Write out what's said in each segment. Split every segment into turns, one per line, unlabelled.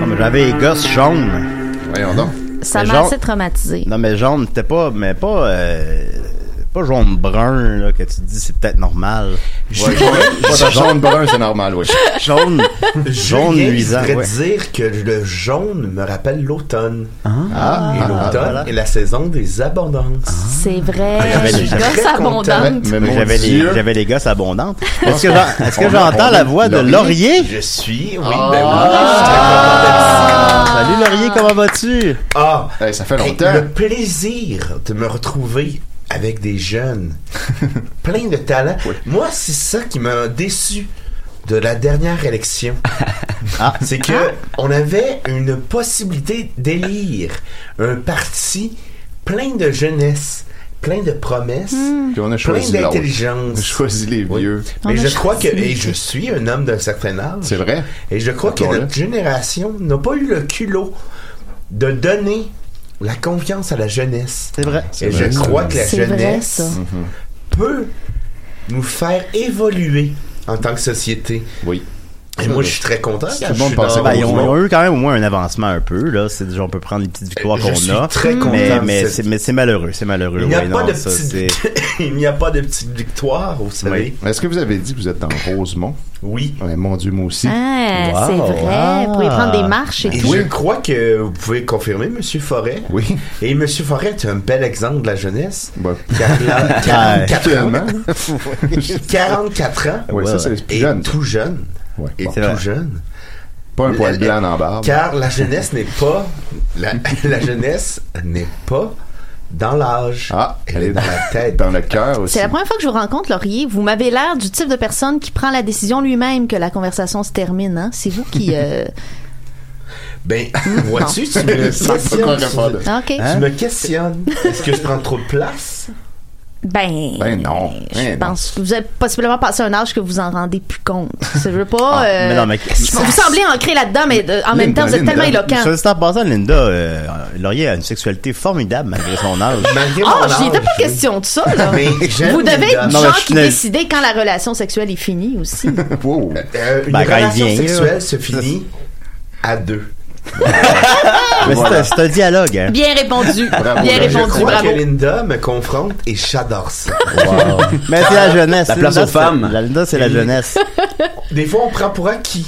Non, mais j'avais les gosses jaunes.
Voyons donc.
Ça
Mais
m'a
genre-
assez traumatisé.
Non, mais jaune, t'es pas, mais pas, euh, pas jaune-brun, là, que tu te dis c'est peut-être normal.
Ouais, jaune, jaune brun, c'est normal, oui.
Jaune, jaune
Julien,
nuisant.
Je voudrais
ouais.
dire que le jaune me rappelle l'automne.
Ah,
et
ah,
l'automne
voilà.
est la saison des abondances.
C'est
Ah,
vrai,
j'avais
je
des-
suis
j'avais
gosse
très content.
abondante.
Mais
Mais
mon
J'avais les,
Dieu.
j'avais les gosses abondantes. Est-ce que,
On-
j'en- est-ce que
on-
j'entends
on-
la voix de
Laurier? Ah,
Laurier?
Je suis, oui, ben oui. je suis très
Salut Laurier, comment vas-tu?
Ah,
Hey, ça fait
hey,
longtemps.
le plaisir de me retrouver avec des jeunes plein de talent. Moi, c'est ça qui m'a déçu de la dernière élection. C'est que Euh, on avait une possibilité d'élire un parti plein de jeunesse, plein de promesses,
Puis on a
plein
choisi l'autre.
d'intelligence.
On a choisi les
Oui.
vieux.
Mais
Hmm. On a
je crois que
choisi.
et je suis un homme d'un certain âge.
C'est vrai.
Et je crois que
Rappelons-le.
notre génération n'a pas eu le culot de donner la confiance à la jeunesse.
C'est vrai.
Et
vrai,
je
ça.
crois que la
C'est vrai,
jeunesse Mhm.
ça.
peut nous faire évoluer en tant que société.
Oui.
Et moi, je suis très content.
Tout
quand
le
je
monde
suis
pensait
dans-
Ben, ils, ont,
Heureusement.
ils ont eu quand même au moins un avancement un peu. Là. C'est, genre, on peut prendre les petites victoires
Je
qu'on
suis
a.
très content
mais,
de
mais,
cette-
c'est, mais c'est malheureux. C'est malheureux.
Il n'y a,
ouais,
pas
non,
de
ça,
petite-
c'est-
Il n'y a pas de petite victoire, vous savez.
Est-ce que vous avez dit que vous êtes dans Rosemont?
Oui.
Ouais, mon Dieu, moi aussi.
Ah,
Wow.
c'est vrai.
Ah.
Vous pouvez prendre des marches et
Et
tout.
je crois que vous pouvez confirmer, Monsieur Forêt.
Oui.
Et Monsieur Forêt est un bel exemple de la jeunesse.
Bah,
Car la- 44 ans.
actuellement. hein.
44 ans.
Oui, ça, c'est les plus
Et
jeunes.
tout jeune.
Ouais,
Et
bon.
tout
vrai.
jeune.
Pas un poil blanc en barbe.
Car la jeunesse n'est pas. La, la jeunesse n'est pas dans l'âge.
Ah,
elle est dans la tête.
Dans le cœur aussi.
C'est la première fois que je vous rencontre, Laurier. Vous m'avez l'air du type de personne qui prend la décision lui-même que la conversation se termine. Hein? C'est vous qui... euh,
Ben, vois-tu, tu me
Je sais pas quoi
questionnes.
répondre. Hein?
sur-
OK.
Tu me questionnes. Est-ce que je prends trop de place?
Ben,
Ben non.
Je
Ben non.
pense que vous avez possiblement passé un âge que vous en rendez plus compte. Je veux pas.
Ah,
euh,
mais non, mais-
Vous semblez ancré là-dedans, mais euh, en même
Linda,
temps, vous êtes
Linda.
tellement éloquent.
Soit dit en passant, Linda, euh, Laurier a une sexualité formidable malgré son âge.
Malgré
Oh,
mon
j'y étais
âge,
pas question de ça, là.
Mais j'aime
Vous devez
Linda.
être
Non,
gens
mais je
qui
n'ai-
décidez quand la relation sexuelle est finie aussi.
Wow.
Euh, une
Ben, quand il
relation
vient, là.
sexuelle se finit à deux.
Mais c'est un- c'est un dialogue, hein.
Bien répondu.
Bravo,
Bien
là, je
Je
répondu,
crois
bravo.
que Linda me confronte et j'adore ça.
Mais c'est la jeunesse.
La place
Linda,
aux
c'est-
femmes.
La Linda, c'est la jeunesse.
Des fois, on prend pour acquis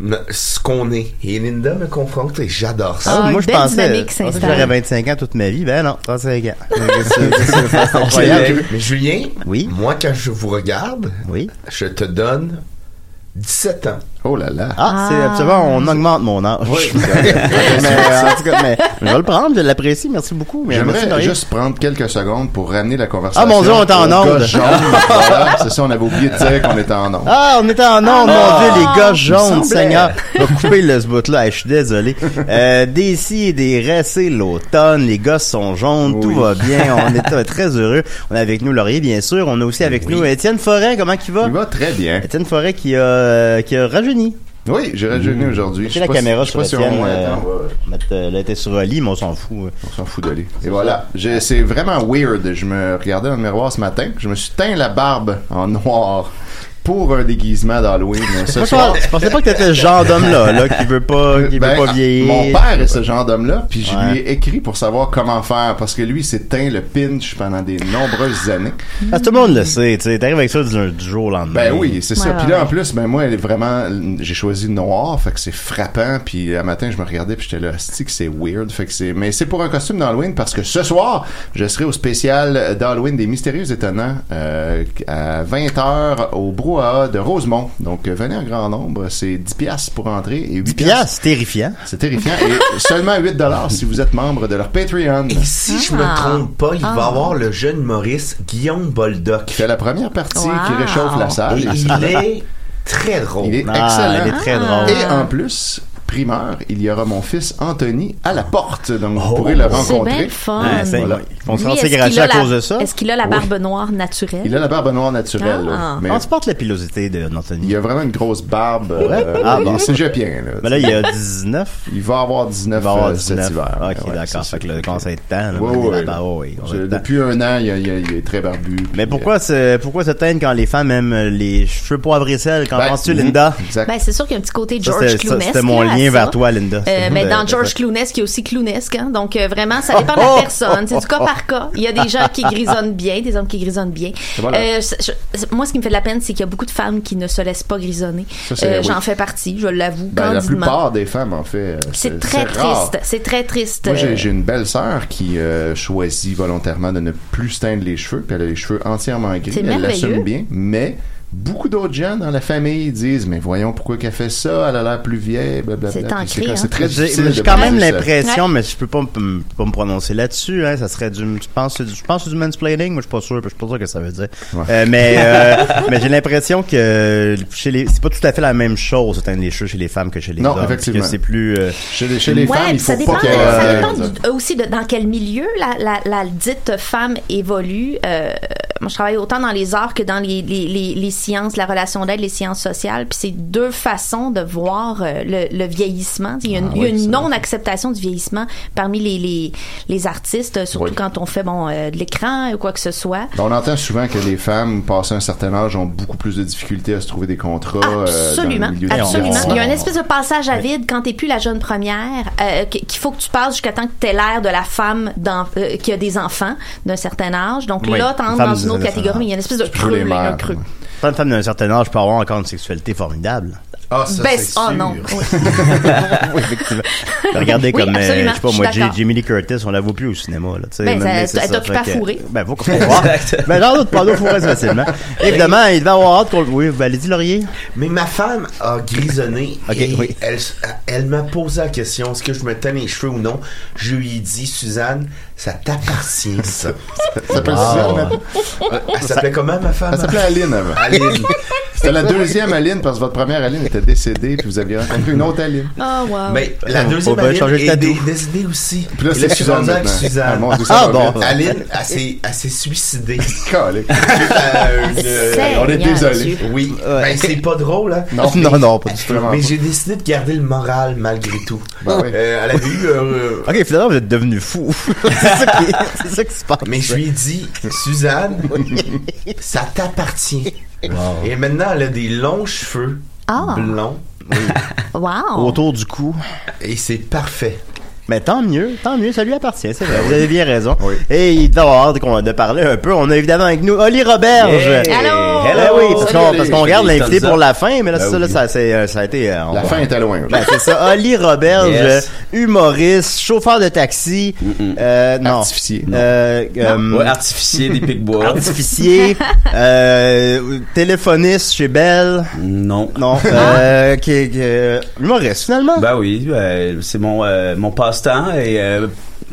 ne- ce qu'on est. Et Linda me confronte et j'adore ça.
Ah,
moi,
une
je
belle
pensais,
dynamique
je pensais que
s'installe.
j'aurais 25 ans toute ma vie. Ben non, 35 ans. C'est- c'est- c'est
Ah.
Mais,
incroyable.
mais Julien,
Oui.
moi, quand je vous regarde,
Oui.
je te donne 17 ans.
Oh là là.
Ah, c'est
Ah.
absolument, on augmente mon âge.
euh,
mais, euh, en tout cas, mais, je vais le prendre, je l'apprécie, merci beaucoup. Mais merci de
J'aimerais
rien.
juste prendre quelques secondes pour ramener la conversation.
Ah, mon Dieu, on est en
au gars
onde.
jaune. Voilà, c'est ça, on avait oublié de dire qu'on était en onde.
Ah, on était en onde, mon Dieu, les gars jaunes,
semblait.
Seigneur. Je vais couper le, ce bout-là, Hey, je suis désolé. Euh, D'ici et des restes, l'automne, les gosses sont jaunes, tout va bien, on est euh, très heureux. On a avec nous Laurier, bien sûr, on a aussi avec nous Étienne Forêt, comment il va?
Il va très bien.
Étienne Forêt qui a, euh, qui a rajeuni.
Oui, j'ai rajeuni aujourd'hui.
Mettez
Je
la
sais pas si-
caméra
je sais
sur
pas si on
Étienne.
attend,
euh,
on va- hein.
mettre, euh, Là, elle était sur un lit, mais on s'en fout. euh.
On s'en fout d'aller. Et voilà. J'ai- C'est vraiment weird. Je me regardais dans le miroir ce matin. Je me suis teint la barbe en noir pour un déguisement d'Halloween. Ce
Moi, je
soir,
pense- je pensais pas que t'étais ce genre d'homme-là, là, qui veut pas, qui
ben,
veut pas vieillir.
Mon père est ce genre d'homme-là, puis je
Ouais.
lui ai écrit pour savoir comment faire, parce que lui, il s'est teint le pinch pendant des nombreuses années.
Parce que Ah, tout le monde le sait, tu sais, t'arrives avec ça du, du jour au lendemain.
Ben oui, c'est ça.
Ouais,
Puis là,
ouais.
en plus, ben moi, elle est vraiment, j'ai choisi noir, fait que c'est frappant. Puis un matin, je me regardais, puis j'étais là, Asti que c'est weird. Fait que c'est, mais c'est pour un costume d'Halloween parce que ce soir, je serai au spécial d'Halloween des mystérieux étonnants euh, à 20 h au brouhaha de Rosemont. Donc euh, venez en grand nombre, c'est 10 piastres pour entrer et 8 piastres.
Piastres, c'est terrifiant.
C'est terrifiant et seulement 8 dollars si vous êtes membre de leur Patreon.
Et si je me trompe pas, il
Ah.
va avoir le jeune Maurice Guillaume
Qui
Boldoc.
fait la première partie, qui
Wow.
réchauffe la salle.
Et il est très drôle.
Il est
Ah,
excellent.
il est très drôle.
Et en plus, primeur, il y aura mon fils Anthony à la porte. Donc, vous pourrez le
C'est bien
rencontrer.
le fun.
Oh. Ouais, c'est-
Voilà.
Ils vont se
Lui,
sentir
est-ce
gratuits
qu'il a
à
la-
cause de ça. Ah
Est-ce qu'il a la barbe noire naturelle?
Il a la barbe noire naturelle.
Ah.
là. Mais
On se porte la pilosité de
Ben il
Anthony.
y a vraiment une grosse barbe. euh,
Ah,
il
bon.
est cégepien, là.
Mais Ben là, il y a 19.
Il va avoir 19
Il va avoir
euh, cet
19.
hiver.
Ok,
Ouais,
d'accord.
c'est
Fait que
ça.
le conseil de temps, là,
Ouais,
on est
ouais.
là-bas, ouais, ouais, on
Je-
est dedans.
depuis un an, il, il- il est très barbu.
Mais
puis, euh,
pourquoi se, pourquoi se teindre quand les femmes aiment les cheveux poivre et sel? Qu'en
Ben,
penses-tu,
mhm.
Linda?
Exact.
Ben, c'est sûr qu'il y a un petit côté
Ça,
George
c'était- ça,
Clooney.
C'était mon lien vers toi, Linda.
Euh, mais
Ben,
dans George Cloonesque, il y a aussi Cloonesque. Hein? Donc, euh, vraiment, ça dépend de
Oh!
la personne. C'est du cas par cas. Il y a des gens qui grisonnent bien, des hommes qui grisonnent bien.
Voilà.
Euh, je- je- moi, ce qui me fait de la peine, c'est qu'il y a beaucoup de femmes qui ne se laissent pas grisonner. Euh,
Ça, c'est- oui.
J'en fais partie, je l'avoue,
Ben, la
candidement.
plupart des femmes, en fait. euh,
C'est très
rare.
triste. C'est très triste.
Moi, j'ai
Euh,
j'ai une belle sœur qui euh, choisit volontairement de ne plus se teindre les cheveux, puis elle a les cheveux entièrement gris,
C'est
elle l'assume
merveilleux.
bien, mais beaucoup d'autres gens dans la famille disent mais voyons pourquoi qu'elle fait ça, elle a l'air plus vieille, blablabla.
C'est
Puis
ancré,
quand-
hein.
C'est très difficile.
J'ai
de
quand même
briser ça.
l'impression, mais je peux pas, m- pas me prononcer là-dessus. Hein, ça serait du, je pense, que c'est du- je pense que c'est du mansplaining. Moi, je suis pas sûr. Je suis pas sûr que ça veut dire.
Ouais.
Euh, mais euh, mais j'ai l'impression que chez les, c'est pas tout à fait la même chose atteindre les cheveux chez les femmes que chez les
Non,
hommes. puis
effectivement.
Que c'est plus. euh,
Chez les, chez les
ouais,
femmes, il
puis
faut
ça dépend,
pas qu'elles-
ça dépend
euh,
du- aussi de dans quel milieu la, la, la dite femme évolue. Euh, moi, je travaille autant dans les arts que dans les, les, les, les sciences, la relation d'aide, les sciences sociales. Puis c'est deux façons de voir euh, le, le vieillissement. Il y a une,
Ah
il y a
oui,
une
ça.
non-acceptation du vieillissement parmi les, les, les artistes, surtout
Oui.
quand on fait bon euh, de l'écran ou quoi que ce soit.
on entend souvent que les femmes, passées un certain âge, ont beaucoup plus de difficultés à se trouver des contrats. euh,
Absolument,
dans le milieu du
absolument.
divertissement.
Il y a une espèce de passage à vide quand t'es plus la jeune première, euh, qu- qu'il faut que tu passes jusqu'à temps que t'aies l'air de la femme d'en- euh, qui a des enfants d'un certain âge. Donc
Oui,
là, t'entres
femme
dans
des
une autre
années
catégorie. mais Il y a une espèce de
Surtout les
creux, là, un
mères.
creux.
pas une femme d'un certain âge peut avoir encore une sexualité formidable.
Ah, ça,
Ben,
c'est
oh
sûr.
non. Oui.
oui, effectivement. Regardez
Oui,
comme, euh,
absolument,
je sais pas,
je suis
moi, J-
d'accord.
Jimmy Lee Curtis, on la voit plus au cinéma, là, tu sais.
Ben,
même
ça-
là, c'est
elle est occupée à
fait que-
fourrer.
Ben, faut qu'on voit. Ben, genre d'autres panneaux fourrés facilement. Évidemment, il devait avoir hâte qu'on, oui, ben, allez-y, Laurier.
Mais ma femme a grisonné
Ok,
et
oui.
elle, elle m'a posé la question est-ce que je me teins les cheveux ou non Je lui ai dit Suzanne, ça t'appartient ça.
Ça s'appelle Suzanne,
Ah. Euh,
Elle s'appelait comment ma femme
Elle s'appelait Ah. Aline avant.
Aline.
C'était la deuxième Aline parce que votre première Aline était décédée puis vous aviez rencontré une autre Aline.
Oh, wow.
Mais la
On
deuxième
peut
Aline
changer le
est
tatou.
dé- décédée aussi.
Puis là,
Et
c'est
je suis
Suzanne
rendu avec
maintenant.
Suzanne.
Ah, mon Dieu, ça
Ah
va
bon.
vite.
Aline, elle s'est elle s'est suicidée.
Calé.
Euh,
C'est-
je-
On est
Seigneur
désolé.
Dieu.
Oui,
Ouais.
ben c'est pas drôle, hein?
Non,
Non, non, pas du tout.
Vraiment
Mais
pas.
j'ai décidé de garder le moral malgré tout.
Ben oui.
Euh, elle avait eu. euh, euh,
Ok, finalement, vous êtes devenu fou. c'est ça qui, c'est ça qui se passe.
mais je lui ai dit, Suzanne, ça t'appartient. Et maintenant, elle a des longs cheveux
Ah.
blonds
Wow.
Autour du cou.
et c'est parfait.
Mais tant mieux, tant mieux, ça lui appartient, c'est vrai. Vous avez bien raison. Et il doit avoir hâte qu'on- de parler un peu. On a évidemment avec nous Oli Roberge.
Hey.
Allô?
Eh ben oui, parce
Salut,
qu'on,
Oli.
parce qu'on garde
Hey,
l'invité
thumbs
pour
up.
la fin, mais là,
Ben
ça, là,
oui.
ça, c'est- ça a été... euh, on
La
va-
fin était loin.
Ben, c'est ça. Oli Roberge,
Yes.
euh, humoriste, chauffeur de taxi, euh, non.
Artificier.
Euh, euh,
Ouais, artificier des Picbois.
artificier, euh, téléphoniste chez Bell,
non.
non, euh, qui, qui- euh, humoriste finalement.
Ben oui, ben, c'est mon, euh, mon passe-temps et euh,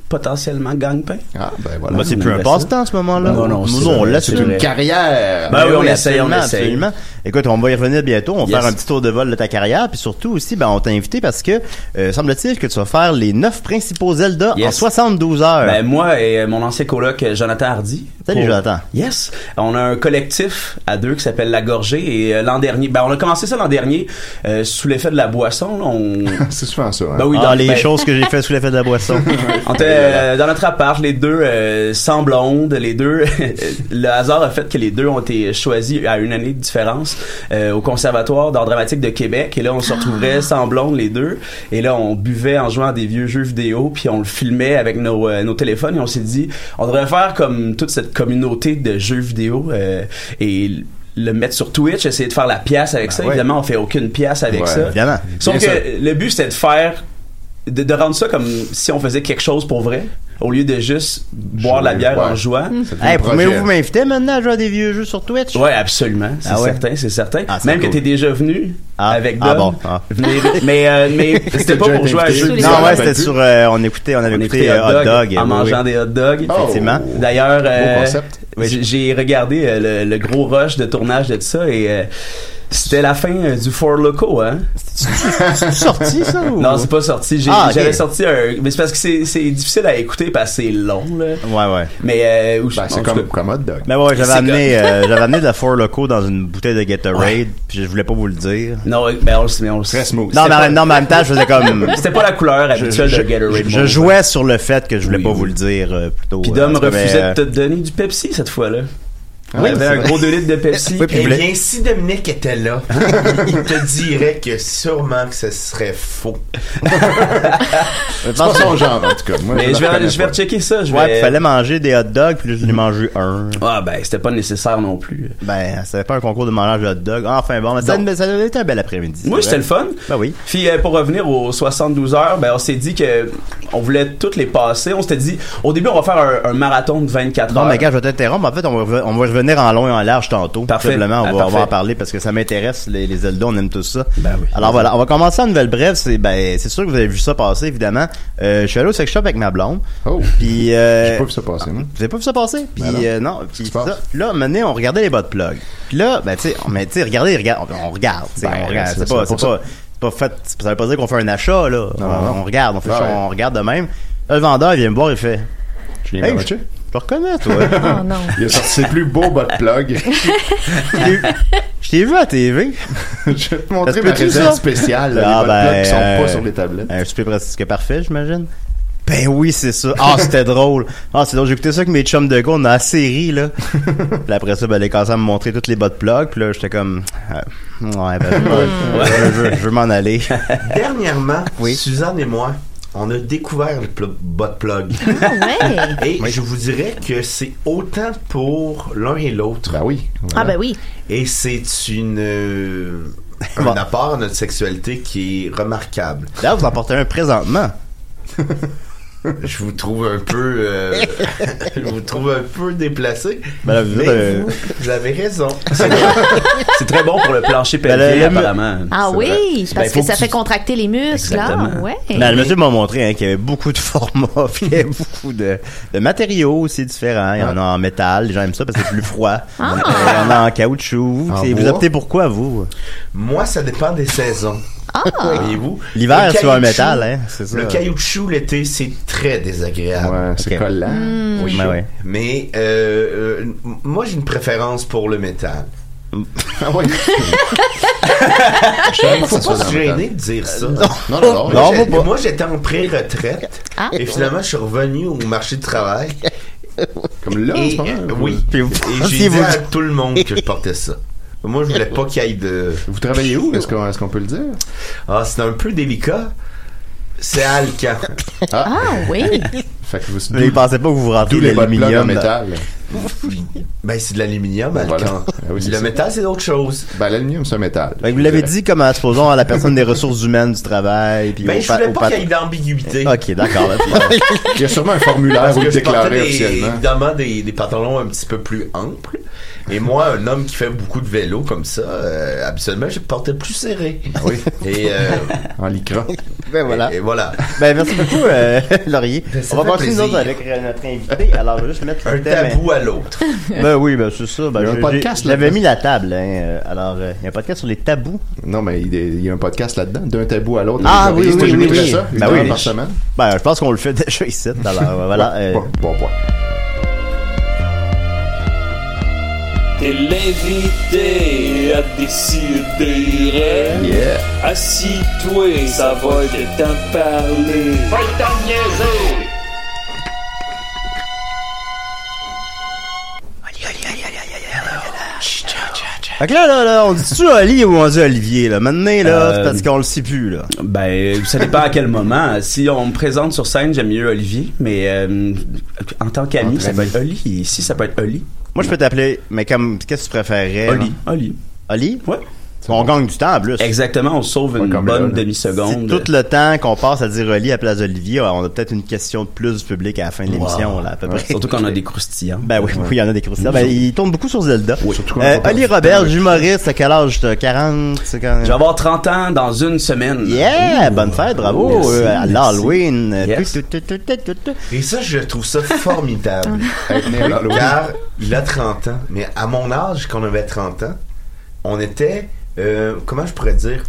potentiellement gagne-pain.
Ah, ben voilà.
Bah, c'est plus un
ben,
passe-temps à ce moment-là.
Non, non,
Nous,
c'est
on
vrai,
laisse
c'est
une
vrai.
Carrière.
Ben Bah oui, on essaye,
absolument,
on essaye.
absolument. Écoute, on va y revenir bientôt. On va
Yes.
faire un petit tour de vol de ta carrière. Puis surtout aussi, ben, on t'a invité parce que, euh, semble-t-il que tu vas faire les neuf principaux Zelda
Yes.
en 72 heures.
Ben, moi et euh, mon ancien coloc euh, Jonathan Hardy.
Salut, Jonathan.
Yes. On a un collectif à deux qui s'appelle La Gorgée et euh, l'an dernier, ben on a commencé ça l'an dernier euh, sous l'effet de la boisson. là, on...
C'est souvent ça. hein.
Ben oui,
dans
dans-
Ah, les
ben,
choses que j'ai fait sous l'effet de la boisson.
On était euh, dans notre appart, les deux euh, sans blonde, les deux. le hasard a fait que les deux ont été choisis à une année de différence euh, au Conservatoire d'art dramatique de Québec. Et là,
Ah.
on se retrouvait sans blonde, les deux. Et là, on buvait en jouant à des vieux jeux vidéo, puis on le filmait avec nos, euh, nos téléphones. Et on s'est dit, on devrait faire comme toute cette communauté de jeux vidéo euh, et le mettre sur Twitch, essayer de faire la pièce avec ça.
ouais.
Évidemment, on fait aucune pièce avec
Ouais,
ça.
Évidemment.
Sauf
Bien
que
sûr.
le but c'était de faire de, de rendre ça comme si on faisait quelque chose pour vrai au lieu de juste boire
Jouer,
la bière
ouais.
en jouant.
Ça fait
hey,
un projet.
mais vous m'invitez maintenant à jouer à des vieux jeux sur Twitch?
Ouais, absolument, c'est
Ah ouais?
certain, c'est certain.
Ah, c'est
Même
cool.
que t'es déjà venu
Ah,
avec
ah
Dom.
bon, ah.
Venez- mais euh, mais c'était pas
déjà
pour
été
jouer à
invité.
jeu.
les
Non,
Hot
ouais,
Dog.
c'était sur, euh, on écoutait, on avait
Ah, ben, On
écouté
écoutait
euh,
hot dog, en
oui,
mangeant
oui.
des hot dogs.
Oh.
Effectivement.
D'ailleurs, euh,
concept.
ouais, j'ai- j'ai regardé euh, le, le gros rush de tournage de tout ça et euh, c'était la fin euh, du Four Loco, hein.
C'est sorti, ça? ou-
Non, c'est pas sorti. J'ai-
Ah, ok.
J'avais sorti un. Mais c'est parce que c'est c'est difficile à écouter parce que c'est long, là.
Ouais, ouais.
Mais euh, où je-
Ben,
en
c'est
tout
comme,
cas,
comme hot dog.
Mais ouais, j'avais
C'est
amené, euh, j'avais amené de la Four Loco dans une bouteille de Gatorade, puis je voulais pas vous le dire.
Non, mais on le mais on le
euh, Très smooth.
Non,
C'était
mais, en-
pas-
non, mais en même temps, je faisais comme.
C'était pas la couleur habituelle de Gatorade.
je
Mon-
jouais sur le fait que je voulais
Oui,
pas
oui.
vous le dire euh, plutôt.
Puis
euh,
Dom
en tout cas, mais,
refusait
euh,
de te donner du Pepsi cette fois-là.
Ah,
Il y avait
c'est
un
vrai.
gros 2 litres de Pepsi.
Oui, puis Hein? je
Eh
voulais-
bien, si Dominique était là, il te dirait que sûrement que ce serait faux.
je
C'est pas
pense
son genre, en tout cas. Moi,
Mais
le
je vais,
reconnais
je vais
pas.
rechecker ça. Je
que- Ah, ouais,
vais...
puis fallait manger des hot dogs, puis là, je ai mangé un.
Ah, ben, c'était pas nécessaire non plus.
Ben, c'était pas un concours de mangeage de hot dogs. Enfin bon, mais ça,
Donc-
ça a été un bel après-midi.
Oui, c'était le fun.
Ben oui.
Puis euh, pour revenir aux 72 heures, ben on s'est dit que on voulait toutes les passer. On s'était dit au début on va faire un, un marathon de 24
Non,
Ah.
heures.
mais gars, je vais t'interrompre. En fait, on va, re- on va revenir en long et en large tantôt.
Parfait.
Simplement, on va,
Ah,
on va
parfait.
en parler parce que ça m'intéresse. Les, les Zelda, on aime tout ça.
Ben oui.
Alors voilà, on va commencer en nouvelle brève. C'est ben, c'est sûr que vous avez vu ça passer, évidemment. Euh, je suis allé au sex shop avec ma blonde.
Oh.
Puis euh,
J'ai pas vu ça passer, moi.
Vous avez pas vu ça passer? Puis
Ben non.
euh, non, puis
se passe?
ça. Puis là, maintenant, on regardait les bas de plug. Puis là, ben tu sais, on- mais tu sais, regardez, regarde, on, on regarde, tu sais,
Ben,
on regarde.
c'est-
C'est
c'est
pas,
pour
c'est
ça.
pas, c'est pas fait. Ça veut pas dire qu'on fait un achat là. on,
non. Ah
on regarde, on fait,
Ouais.
on regarde de même. Là, le vendeur, il vient me voir, il fait,
Julien
Hey, je
Bernatchez.
je te reconnais toi.
Oh non.
Il a sorti ses plus beaux bas de plug.
Je t'ai- Je t'ai vu à TV.
je vais te montrer
Ça se
ma
peut-tu,
réserve
ça?
spéciale. là,
Ah,
les bas de plug qui sont
ben,
pas
euh,
sur les tablettes.
Un super presque parfait, j'imagine. Ben oui, c'est ça. Ah, c'était drôle. Ah, c'est drôle. J'ai écouté ça avec mes chums de go, on a la série, là. puis après ça, ben, les commencé à me montrer toutes les bottes plug. Puis là, j'étais comme, euh, ouais, ben, je- je, je- je veux m'en aller.
Dernièrement,
Oui.
Suzanne et moi, on a découvert le pl- bot plug.
Ah ouais.
Et je vous dirais que c'est autant pour l'un et l'autre.
Ben oui.
Ah ben oui.
Et c'est une euh, un
Bon.
apport à notre sexualité qui est remarquable.
Là, vous en portez un présentement.
je vous trouve un peu, euh, je vous trouve un peu déplacé.
Ben là, vous
mais
êtes, euh,
vous, vous avez raison.
C'est très bon pour le plancher
Ben, le-
pelvien,
le-
apparemment.
Ah
C'est vrai.
oui,
Ben,
parce
faut
que ça
tu-
fait contracter les muscles, là.
Exactement.
Ouais.
Ben, le monsieur m'a montré hein, qu'il y avait beaucoup de formats, puis il y avait beaucoup de, de matériaux aussi différents. Il y en a en métal, les gens aiment ça parce que c'est plus froid.
Ah.
Euh, Il y en a en caoutchouc. Vous,
Ah,
En
c'est- vous
bois.
optez pour quoi, vous?
Moi, ça dépend des saisons. Voyez-vous,
L'hiver,
Le
tu vas un
caoutchouc-
métal, hein? C'est ça.
Le caoutchouc l'été, c'est très
Ah,
désagréable.
Ouais, c'est
Ok.
collant.
Oui, ben ouais.
Mais euh, euh, m- moi, j'ai une préférence pour le métal.
Ah ouais.
Je ne faut
ça soit
pas
dans
se
le
gêner de dire ça.
Non,
Oh,
non, non.
Moi,
Euh, Non,
j'ai-
faut pas.
moi, j'étais en pré-retraite
Ah.
et finalement, je suis revenu au marché du travail.
Comme là, en
Et,
ce moment,
euh,
vous-
oui.
Puis vous
Ah,
Et
pensiez
j'ai dit
vous-
à tout le monde que je portais ça. Moi, je voulais pas qu'il y ait de.
Vous travaillez où? Est-ce qu'on est-ce qu'on peut le dire?
Ah, c'est un peu délicat. C'est à Alcan.
Ah oui.
Fait que vous
Vous ne pensez pas que vous rentrez
D'où les bonnes plaques en
l'aluminium. là.
métal.
Ben, c'est de l'aluminium, Alcan.
Voilà. Ah oui, c'est
le
ça.
métal, c'est d'autres choses.
Ben, l'aluminium, c'est un métal.
Fait que Ben, vous l'avez dit comme, supposons, à la personne des ressources humaines du travail. Puis
Ben,
au
je
pa-
voulais
au
pas
pat-
qu'il y ait d'ambiguïté.
Ok, d'accord. Ben, là, c'est bon.
Il y a sûrement un formulaire
Parce
où
que
le
je portais
déclarer
des,
officiellement.
évidemment des, des pantalons un petit peu plus amples. Et moi, un homme qui fait beaucoup de vélo comme ça, euh, absolument, je portais plus serré.
Oui,
Et, euh,
en lycra.
ben voilà.
et, et voilà.
Ben merci beaucoup, euh, Laurier.
Eh Ben, ça
On va
fait
continuer nous autres
plaisir.
avec euh, notre invité. Alors, je vais juste mettre
Un
le thème,
tabou à l'autre.
hein. Ben oui, ben c'est ça. Ben,
Il y a un
je-
podcast,
j'ai-
là,
J'avais
parce-
mis la table. Hein. euh, Alors, euh, il y a un podcast sur les tabous.
Non, mais il y a- il y a un podcast là-dedans, d'un tabou à l'autre.
Ah,
Vous
oui,
avez-
oui, oui,
j'écouterais
oui.
ça,
Ben
une heure
oui.
par semaine.
Ben, je pense qu'on le fait déjà ici. Alors, euh, voilà. euh,
Bon, bon, bon.
T'es l'invité à décider.
Yeah.
Assis-toi, ça va être temps de parler. Va t'en niaiser!
Fait que là, là, là, on dit-tu Oli ou on dit Olivier, là? Maintenant, là, c'est parce qu'on le sait plus, là.
Ben, ça dépend à quel moment. Si on me présente sur scène, j'aime mieux Olivier, mais euh, en tant qu'ami,
Entre
ça peut
amis.
être Oli. Et Ici, ça peut être Oli.
Moi, je peux t'appeler, mais comme, qu'est-ce que tu préférerais?
Oli.
là?
Oli.
Oli?
Ouais.
On gagne du temps, en plus.
Exactement, on sauve
Ouais,
une
comme là,
bonne
là.
Si
demi-seconde.
tout le temps qu'on passe à dire Oli à place d'Olivier, on a peut-être une question de plus du public à la fin de l'émission, là, à peu près.
Surtout qu'on a des croustillants.
Ben oui, oui, il y en a des croustillants. Ben, il tourne beaucoup sur Zelda.
Surtout qu'on a
Euh,
pas
Oli
perdu
Robert,
de temps.
humoriste, à quel âge? t'as? 40, 50?
Je vais avoir 30 ans dans une semaine.
Yeah! Bonne fête, bravo!
Merci,
euh, à
merci.
l'Halloween. euh,
Yes.
tout, tout, tout, tout, tout, tout.
Et ça, je trouve ça formidable. Euh,
Être né à l'Halloween.
Car il a 30 ans. Mais à mon âge, quand on avait 30 ans, on était. euh, comment je pourrais dire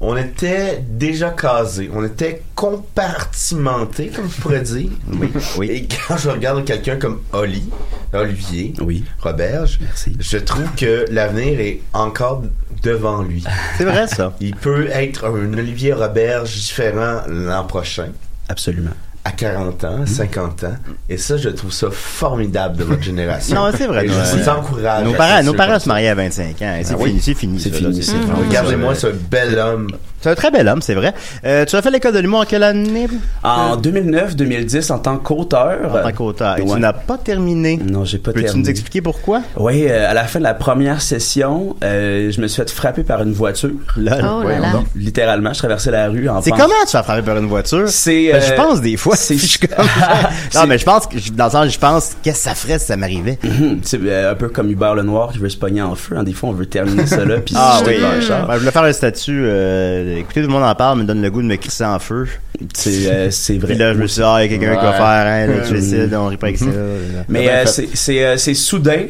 On était déjà casés. On était compartimentés, comme je pourrais dire.
Oui, oui.
Et quand je regarde quelqu'un comme Oli, Olivier,
Oui.
Roberge,
Merci.
je trouve que l'avenir est encore devant lui.
C'est vrai, ça.
Il peut être un Olivier Roberge différent l'an prochain
Absolument. Mmh.
à 40 ans, 50 ans. Et ça, je trouve ça formidable de votre génération.
Non, c'est vrai,
Et je
nos-
vous encourage.
Nos
à
parents, nos
continuer
parents
comme
se mariaient à 25 ans. C'est fini, c'est fini.
Ah C'est
ça,
fini,
là,
c'est fini.
ça. Regardez-moi ce bel homme.
C'est un très bel homme, c'est vrai. Euh, tu as fait l'école de l'humour en quelle année?
En 2009-2010, en tant qu'auteur.
En tant qu'auteur. Et
Ouais.
tu n'as pas terminé.
Non, j'ai pas
Peux-tu nous
terminé.
expliquer pourquoi?
Oui, euh, à la fin de la première session, euh, je me suis fait frapper par une voiture.
Lol.
Oh là là.
Littéralement, je traversais la rue en
C'est
pensant-
comment tu vas frapper par une voiture?
C'est,
Ben, je
euh,
pense des fois.
c'est-
si je suis comme- non,
C'est-
mais je pense que, je- dans le sens, je pense, qu'est-ce que ça ferait si ça m'arrivait?
C'est euh, un peu comme Hubert Lenoir qui veut se pogner en feu. hein. Des fois, on veut terminer ça là, puis
Ah
jeter
oui,
dans le char.
Ben, je voulais faire un statut. euh, écoutez, tout le monde en parle, me donne le goût de me crisser en feu.
C'est euh, c'est vrai.
Puis là, je me suis dit, ah, il y a quelqu'un qui va
Ouais.
faire, hein, l'électricité, on rit pas avec ça. là. Ben,
Mais euh, c'est c'est, euh, c'est soudain.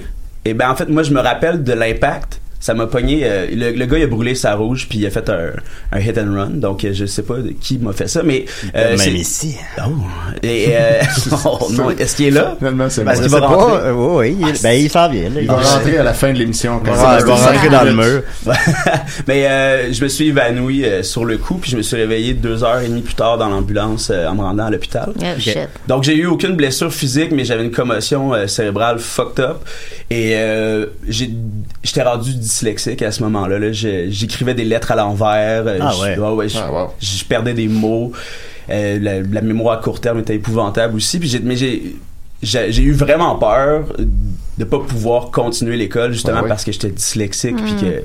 Et ben en fait, moi, je me rappelle de l'impact. Ça m'a pogné. euh, le, le gars, il a brûlé sa rouge, puis il a fait un, un hit and run. Donc, euh, je sais pas de qui m'a fait ça, mais. euh,
Même
c'est-
ici.
Oh. Et, euh, oh, non, est-ce qu'il est là?
Finalement, c'est
Parce
moi.
qu'il
ça
va
va
pas.
rentrer. Ah,
euh, oui, il, ben, il s'en vient. là.
Il va rentrer à la fin de l'émission.
Il
quand
va- il
même.
va rentrer dans le mur.
mais euh, je me suis évanoui euh, sur le coup, puis je me suis réveillé deux heures et demie plus tard dans l'ambulance euh, en me rendant à l'hôpital.
Oh, shit.
Donc j'ai eu aucune blessure physique, mais j'avais une commotion euh, cérébrale fucked up et euh, j'ai- j'étais rendu dyslexique à ce moment-là. là. Je- J'écrivais des lettres à l'envers. euh,
Ah
je-
ouais.
je,
Ah, wow.
je perdais des mots. Euh, la, la mémoire à court terme était épouvantable aussi. Puis j'ai, mais j'ai, j'ai, j'ai eu vraiment peur de pas pouvoir continuer l'école justement
Ah oui.
parce que j'étais dyslexique puis que tu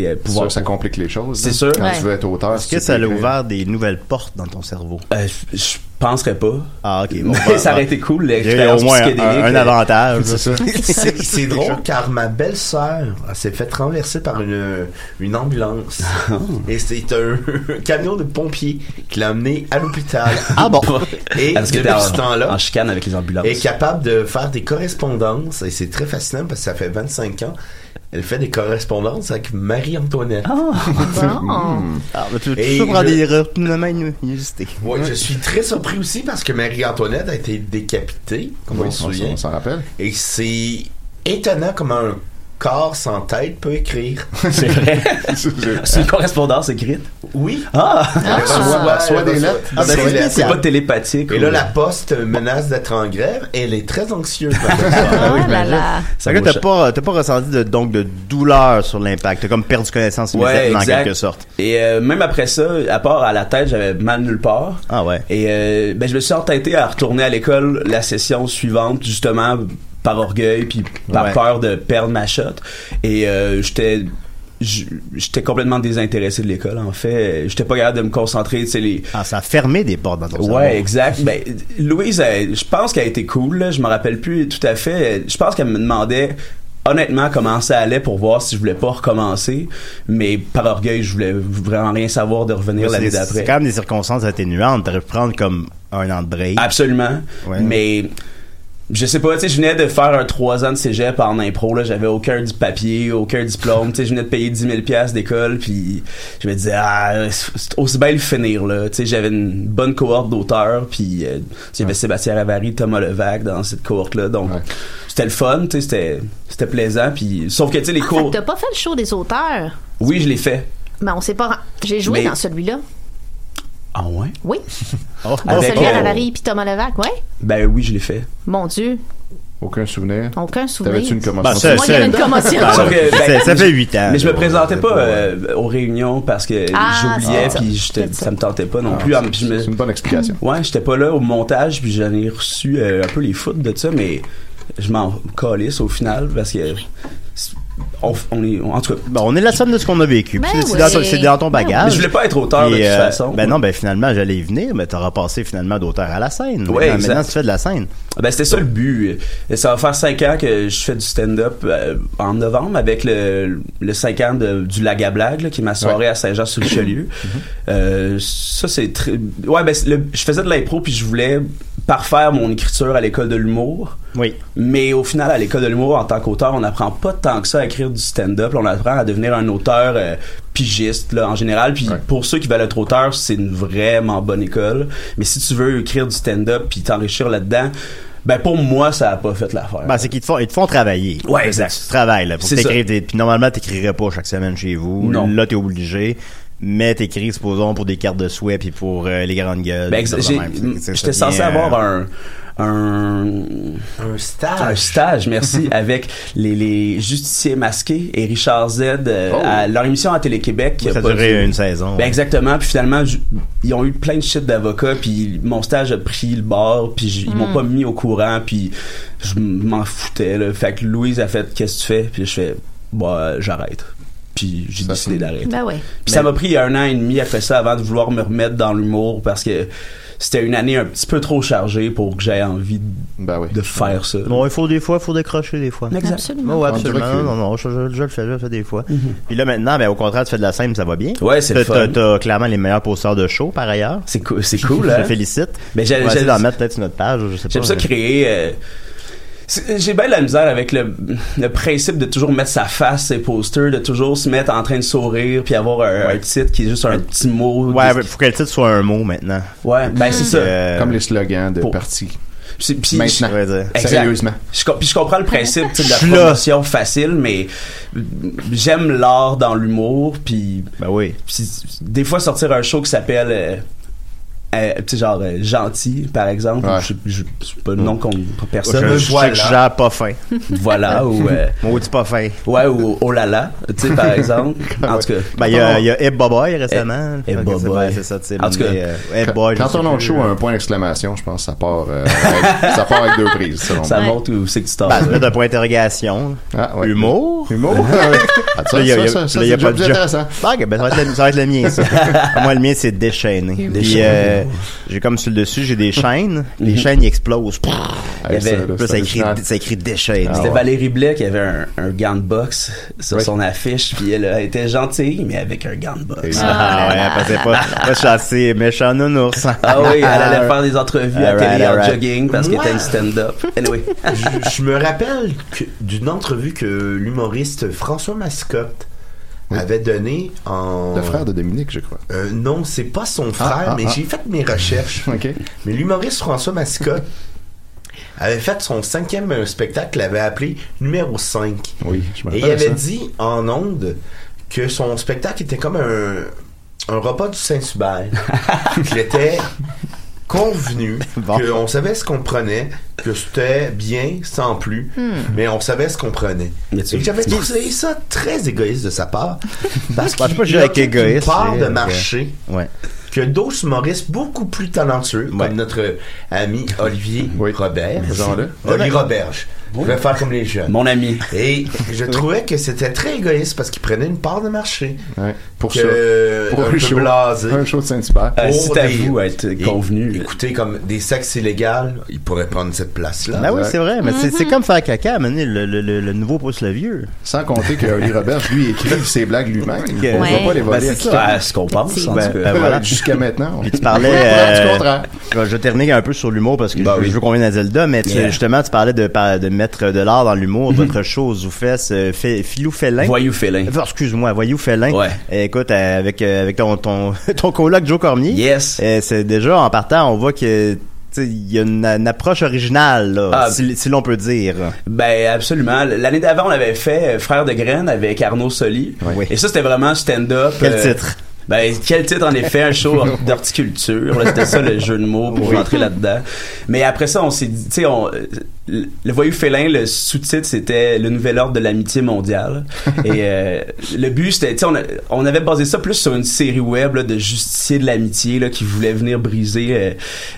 sais euh, pouvoir
Ça, ça complique les choses.
C'est
là.
sûr.
Quand
Ouais.
tu veux être auteur,
Est-ce que ça l'a ouvert des nouvelles portes dans ton cerveau?
Euh, je- je penserais pas.
Ah, ok. bon,
Mais
bah,
ça
bah,
aurait été cool,
il y a
l'expérience
au moins un,
psychédélique.
un
euh,
avantage.
C'est ça.
C'est c'est drôle car ma belle-sœur elle s'est fait renverser par une, une ambulance.
Ah.
Et c'est un camion de pompiers qui l'a amenée à l'hôpital.
Ah bon?
Et
Parce que
depuis
t'es en,
ce temps-là,
en chicane avec les ambulances.
elle est capable de faire des correspondances. Et c'est très fascinant parce que ça fait 25 ans. Elle fait des correspondances avec Marie-Antoinette.
Ah.
Bon.
Ah, bah, tu
Et
tu prends
je-
des retournements inus- inusités.
Ouais, Je suis très surpris aussi parce que Marie-Antoinette a été décapitée, comme on
On
se
s'en-
souvient.
on s'en rappelle.
Et c'est étonnant comment un corps sans tête peut écrire.
c'est vrai.
C'est-
C'est une correspondance écrite.
Oui.
Ah!
Elle reçoit-
soit- soit
elle
des
reçoit-
lettres.
Ah, ben,
C'est
des lettres.
bah, C'est
spécial.
pas télépathique.
Et
ou-
là, la poste menace d'être en grève. Elle est très anxieuse.
Ah là là.
ça
Fait que
vaut
t'as
cher.
pas, t'as pas ressenti de, donc de douleur sur l'impact. T'as comme perdu connaissance
Ouais,
immédiatement en
exact.
quelque sorte.
Et euh, même après ça, à part à la tête, j'avais mal nulle part.
Ah ouais.
Et euh, ben, je me suis entêté à retourner à l'école la session suivante, justement par orgueil puis par
Ouais.
peur de perdre ma shot. Et euh, j'étais j- j'étais complètement désintéressé de l'école en fait j'étais pas capable de me concentrer tu sais les
Ah, ça a fermé des portes dans ton cerveau.
Ouais, exact. Ben, Louise, elle, je pense qu'elle a été cool. là. Je me rappelle plus tout à fait. Je pense qu'elle me demandait honnêtement comment ça allait pour voir si je voulais pas recommencer. Mais par orgueil, je voulais vraiment rien savoir de revenir
C'est
l'année
des-
d'après.
C'est quand même des circonstances atténuantes. T'aurais pu prendre comme un an de break.
Absolument.
Ouais.
Ah, Mais je sais pas, tu sais, je venais de faire un 3 ans de cégep en impro, là, j'avais aucun du papier, aucun diplôme, tu sais, je venais de payer 10 000 pièces d'école, puis je me disais, ah, c'est aussi bien le finir, là, tu sais, j'avais une bonne cohorte d'auteurs, puis euh, tu sais, j'avais Sébastien Ravary, Thomas Levac dans cette cohorte-là, donc
Ouais.
c'était le fun, tu sais, c'était, c'était plaisant, puis sauf que, tu sais, les
Ah, fait que
cours,
t'as pas fait le show des auteurs.
oui, je l'ai fait.
Ben, on sait pas. J'ai joué
Mais-
dans celui-là.
Ah ouais?
Oui.
Oh,
Dans
Avec-
celui à
oh.
Ravary puis Thomas Levac, ouais.
Ben oui, je l'ai fait.
Mon Dieu,
Aucun souvenir.
aucun souvenir. Ben,
T'avais-tu une
Bah,
commotion?
ça,
Moi, il y
ça-
avait une commotion.
Ah,
Sauf que,
ça-
ben,
ça fait 8 ans.
Mais je me
là.
présentais pas euh, aux réunions parce que
Ah,
j'oubliais
c'est
puis
ça.
j'étais-
C'est ça.
ça me tentait pas non
Ah,
plus. Ah,
c'est-
puis je me-
C'est une bonne explication.
Ouais, j'étais pas là au montage puis j'en ai reçu euh, un peu les foutes de ça, mais je m'en calisse au final parce que c'est- on, on est on- en tout cas.
Bon, on est la somme de ce qu'on a vécu.
Ben
Puis c'est
oui.
dans, ton- c'est dans ton
Ben oui.
Mais
bagage.
je voulais pas être auteur de
Puis,
toute
euh,
façon.
Ben non, ben finalement, j'allais y venir, mais t'auras passé finalement d'auteur à la scène.
Ouais,
maintenant,
exact.
maintenant, tu fais de la scène.
Ben, c'était ça le but. Et ça va faire cinq ans que je fais du stand-up euh, en novembre avec le, le 5 ans de- du Lagablag, là, qui est ma soirée à Saint-Jean-sur-Richelieu. Euh, ça, c'est très... Ouais, ben, c'est le- je faisais de l'impro puis je voulais parfaire mon écriture à l'école de l'humour.
Oui.
Mais au final, à l'école de l'humour, en tant qu'auteur, on n'apprend pas tant que ça à écrire du stand-up. On apprend à devenir un auteur euh, pigiste, là, en général. Puis
Ouais.
pour ceux qui veulent être auteur, c'est une vraiment bonne école. Mais si tu veux écrire du stand-up puis t'enrichir là-dedans, ben pour moi, ça a pas fait l'affaire.
Ben, c'est qu'ils te font, ils te font travailler.
Ouais, exact.
Tu travailles, là, pour
C'est
t'écrire. des- Puis normalement, t'écrirais pas chaque semaine chez vous.
Non.
Là, t'es obligé. Mais t'écris, supposons, pour des cartes de souhait puis pour euh, les grandes gueules.
Ben,
des
exa-
choses de
j'ai-
même. C'est- c'est-
J'étais
ça
censé
devient,
avoir
euh,
un... Un,
Un
un
stage.
stage, merci, avec les, les Justiciers masqués et Richard Z, euh,
Oh.
à leur émission à Télé-Québec. qui a
Ça
pas
durait
dû-
une saison.
Ben exactement, puis finalement j- ils ont eu plein de shit d'avocats puis mon stage a pris le bord puis j- ils
Mm.
m'ont pas mis au courant puis je m'en foutais là. Fait que Louise a fait qu'est-ce que tu fais Puis je fais bah j'arrête. Puis j'ai
Ça,
décidé
c'est-
d'arrêter.
Ben ouais.
Puis ça m'a pris un an et demi après ça avant de vouloir me remettre dans l'humour parce que c'était une année un petit peu trop chargée pour que j'aie envie de-
Ben oui.
de faire ça.
Bon, il faut des fois, il faut décrocher des fois.
Absolument.
Oh,
absolument.
absolument. Non, non, non, je, je- je le fais, je le fais des fois. Puis là, maintenant, ben, au contraire, tu fais de la scène, ça va bien.
Mhm. Ouais, c'est
T'as-
le fun.
T'as t'as clairement les meilleurs posteurs de show, par ailleurs.
C'est cou- c'est cool
Je
hein.
te félicite.
Mais j'ai-
On va
j'ai-
essayer d'en mettre peut-être sur notre page, je sais pas.
J'aime ça
mais-
créer. euh, c'est- j'ai bien de la misère avec le, le principe de toujours mettre sa face, ses posters, de toujours se mettre en train de sourire, puis avoir un, un titre qui est juste un petit mot.
Ouais,
Des-
ouais, faut que le titre soit un mot maintenant.
ouais, ben c'est ça.
Euh,
Comme les slogans de
Pour-
parti.
C'est- puis je-
Maintenant.
je veux dire.
Exact.
Sérieusement.
Je, com- puis je comprends le principe tu sais, de
Je suis
la
là.
promotion facile, mais j'aime l'art dans l'humour, puis
Ben oui.
Puis, des fois sortir un show qui s'appelle euh, euh, tu sais, genre euh, gentil par exemple
Ouais.
je, je, c'est pas le nom qu'on personne
je, je,
voilà.
je suggère pas fin.
voilà ou euh,
Maudit pas fin.
ouais ou oh là là tu sais par exemple
Ah
en tout cas
Ben, il y a, il y a Eb Boboy récemment.
Eb
Fait que
Boboy.
c'est- ben, C'est ça, tu sais.
En tout cas,
mais, euh, Eb Boy, je
Quand
sais
on a
plus,
show a un point d'exclamation, je pense que ça part, euh, avec, ça part avec deux prises, selon
ça
moi.
monte où c'est que tu t'en
Ben, c'est un point d'interrogation.
Ah, ouais.
Humour.
Humour. Ah, ça,
Là, il y
ça,
a- il y a-
ça, ça,
là, il y
c'est
a
déjà
pas de
plus
job.
intéressant.
Ah, ok, ben, ça va être le, ça va être le mien, ça. Moi, le mien, c'est déchaîné. Puis,
Déchaîné.
euh, j'ai comme sur le dessus, j'ai des chaînes. les chaînes, ils explosent. Prrr.
Hey,
Il y avait-
Mhm. Ah, ça, là,
Puis là, ça
c'est
écrit,
original.
ça écrit Ah, déchets.
Ah
C'était Valérie Blais qui avait un, un gant de boxe sur son affiche, puis elle, elle était gentille, mais avec un gant de boxe.
Ah, ouais, elle passait pas, pas chasser, méchant nounours.
Ah oui, elle allait faire des entrevues à
Alright,
télé en
alright.
jogging parce qu'elle
Moi.
était une stand-up. Anyway.
je, je me rappelle que- d'une entrevue que l'humoriste François Mascotte
Oui.
avait donnée en.
Le frère de Dominique, je crois.
Euh, non, c'est pas son frère,
ah,
mais
ah.
j'ai fait mes recherches.
OK.
Mais l'humoriste François Mascotte avait fait son cinquième euh, spectacle, l'avait appelé numéro 5.
Oui, je me
Et il
rappelle
avait
ça.
dit en ondes que son spectacle était comme un, un repas du Saint-Hubert. qu'il était convenu,
Bon.
qu'on savait ce qu'on prenait, que c'était bien sans plus, mais on savait ce qu'on prenait.
Mais tu-
Et j'avais trouvé ça très égoïste de sa part. Parce
Je pense
qu'il
pas que j'ai
a
avec égoïste,
une part
j'ai-
de marché
Ouais.
que d'autres humoristes beaucoup plus talentueux,
Ouais.
comme notre ami Olivier
Oui.
Robert,
Disons-le.
Olivier Roberge, je vais faire comme les jeunes.
Mon ami.
Et je trouvais que c'était très égoïste parce qu'il prenait une part de marché.
Ouais, pour
Que-
ça. Pour
un
un,
peu
show.
blasé.
Un show de Saint-Hubert.
Euh,
Pour
c'est à
des-
vous à être
Et
convenu.
Écoutez, comme des sexes illégales, ils pourraient prendre cette place-là.
Ah
Ben oui,
Exact.
c'est vrai, mais c'est-
Mhm.
c'est comme faire caca, à un moment donné, le, le, le, le nouveau pousse le vieux.
Sans compter que Oli Roberge, lui, écrit ses blagues lui-même. On va pas les
Ben,
voler. euh,
c'est
à
ça.
Ah, ce qu'on pense, en
Ben,
tout cas.
ben, voilà.
Jusqu'à maintenant.
Puis tu parlais.
Ouais, du
euh,
contraire.
je vais- je vais terminer un peu sur l'humour parce que
Bah
je,
oui.
je veux qu'on vienne à Zelda, mais tu-
Yeah. Mm-hmm.
justement, tu parlais de, par- de mettre de l'art dans l'humour, votre chose ou fesse, euh, fé- filou félin.
Voyou félin.
Enfin, Excuse-moi, voyou félin.
Ouais.
Et écoute, euh, avec, euh, avec ton, ton, ton coloc Joe Cormier.
Yes.
Et c'est déjà en partant, on voit que tu sais, il y a une, une approche originale, là,
Ah.
si, si l'on peut dire.
Ben absolument. L'année d'avant, on avait fait euh, Frères de graines avec Arnaud Soli.
Oui.
Et ça, c'était vraiment stand-up.
Quel
euh,
titre?
Ben, quel titre en effet, un show d'horticulture. là, C'était ça le jeu de mots pour rentrer là-dedans. Mais après ça, on s'est dit, tu sais, on, euh, le le voyou félin, le sous-titre, c'était le nouvel ordre de l'amitié mondiale. Et euh, le but, c'était, tu sais, on, a- on avait basé ça plus sur une série web là, de justiciers de l'amitié là, qui voulaient venir briser euh,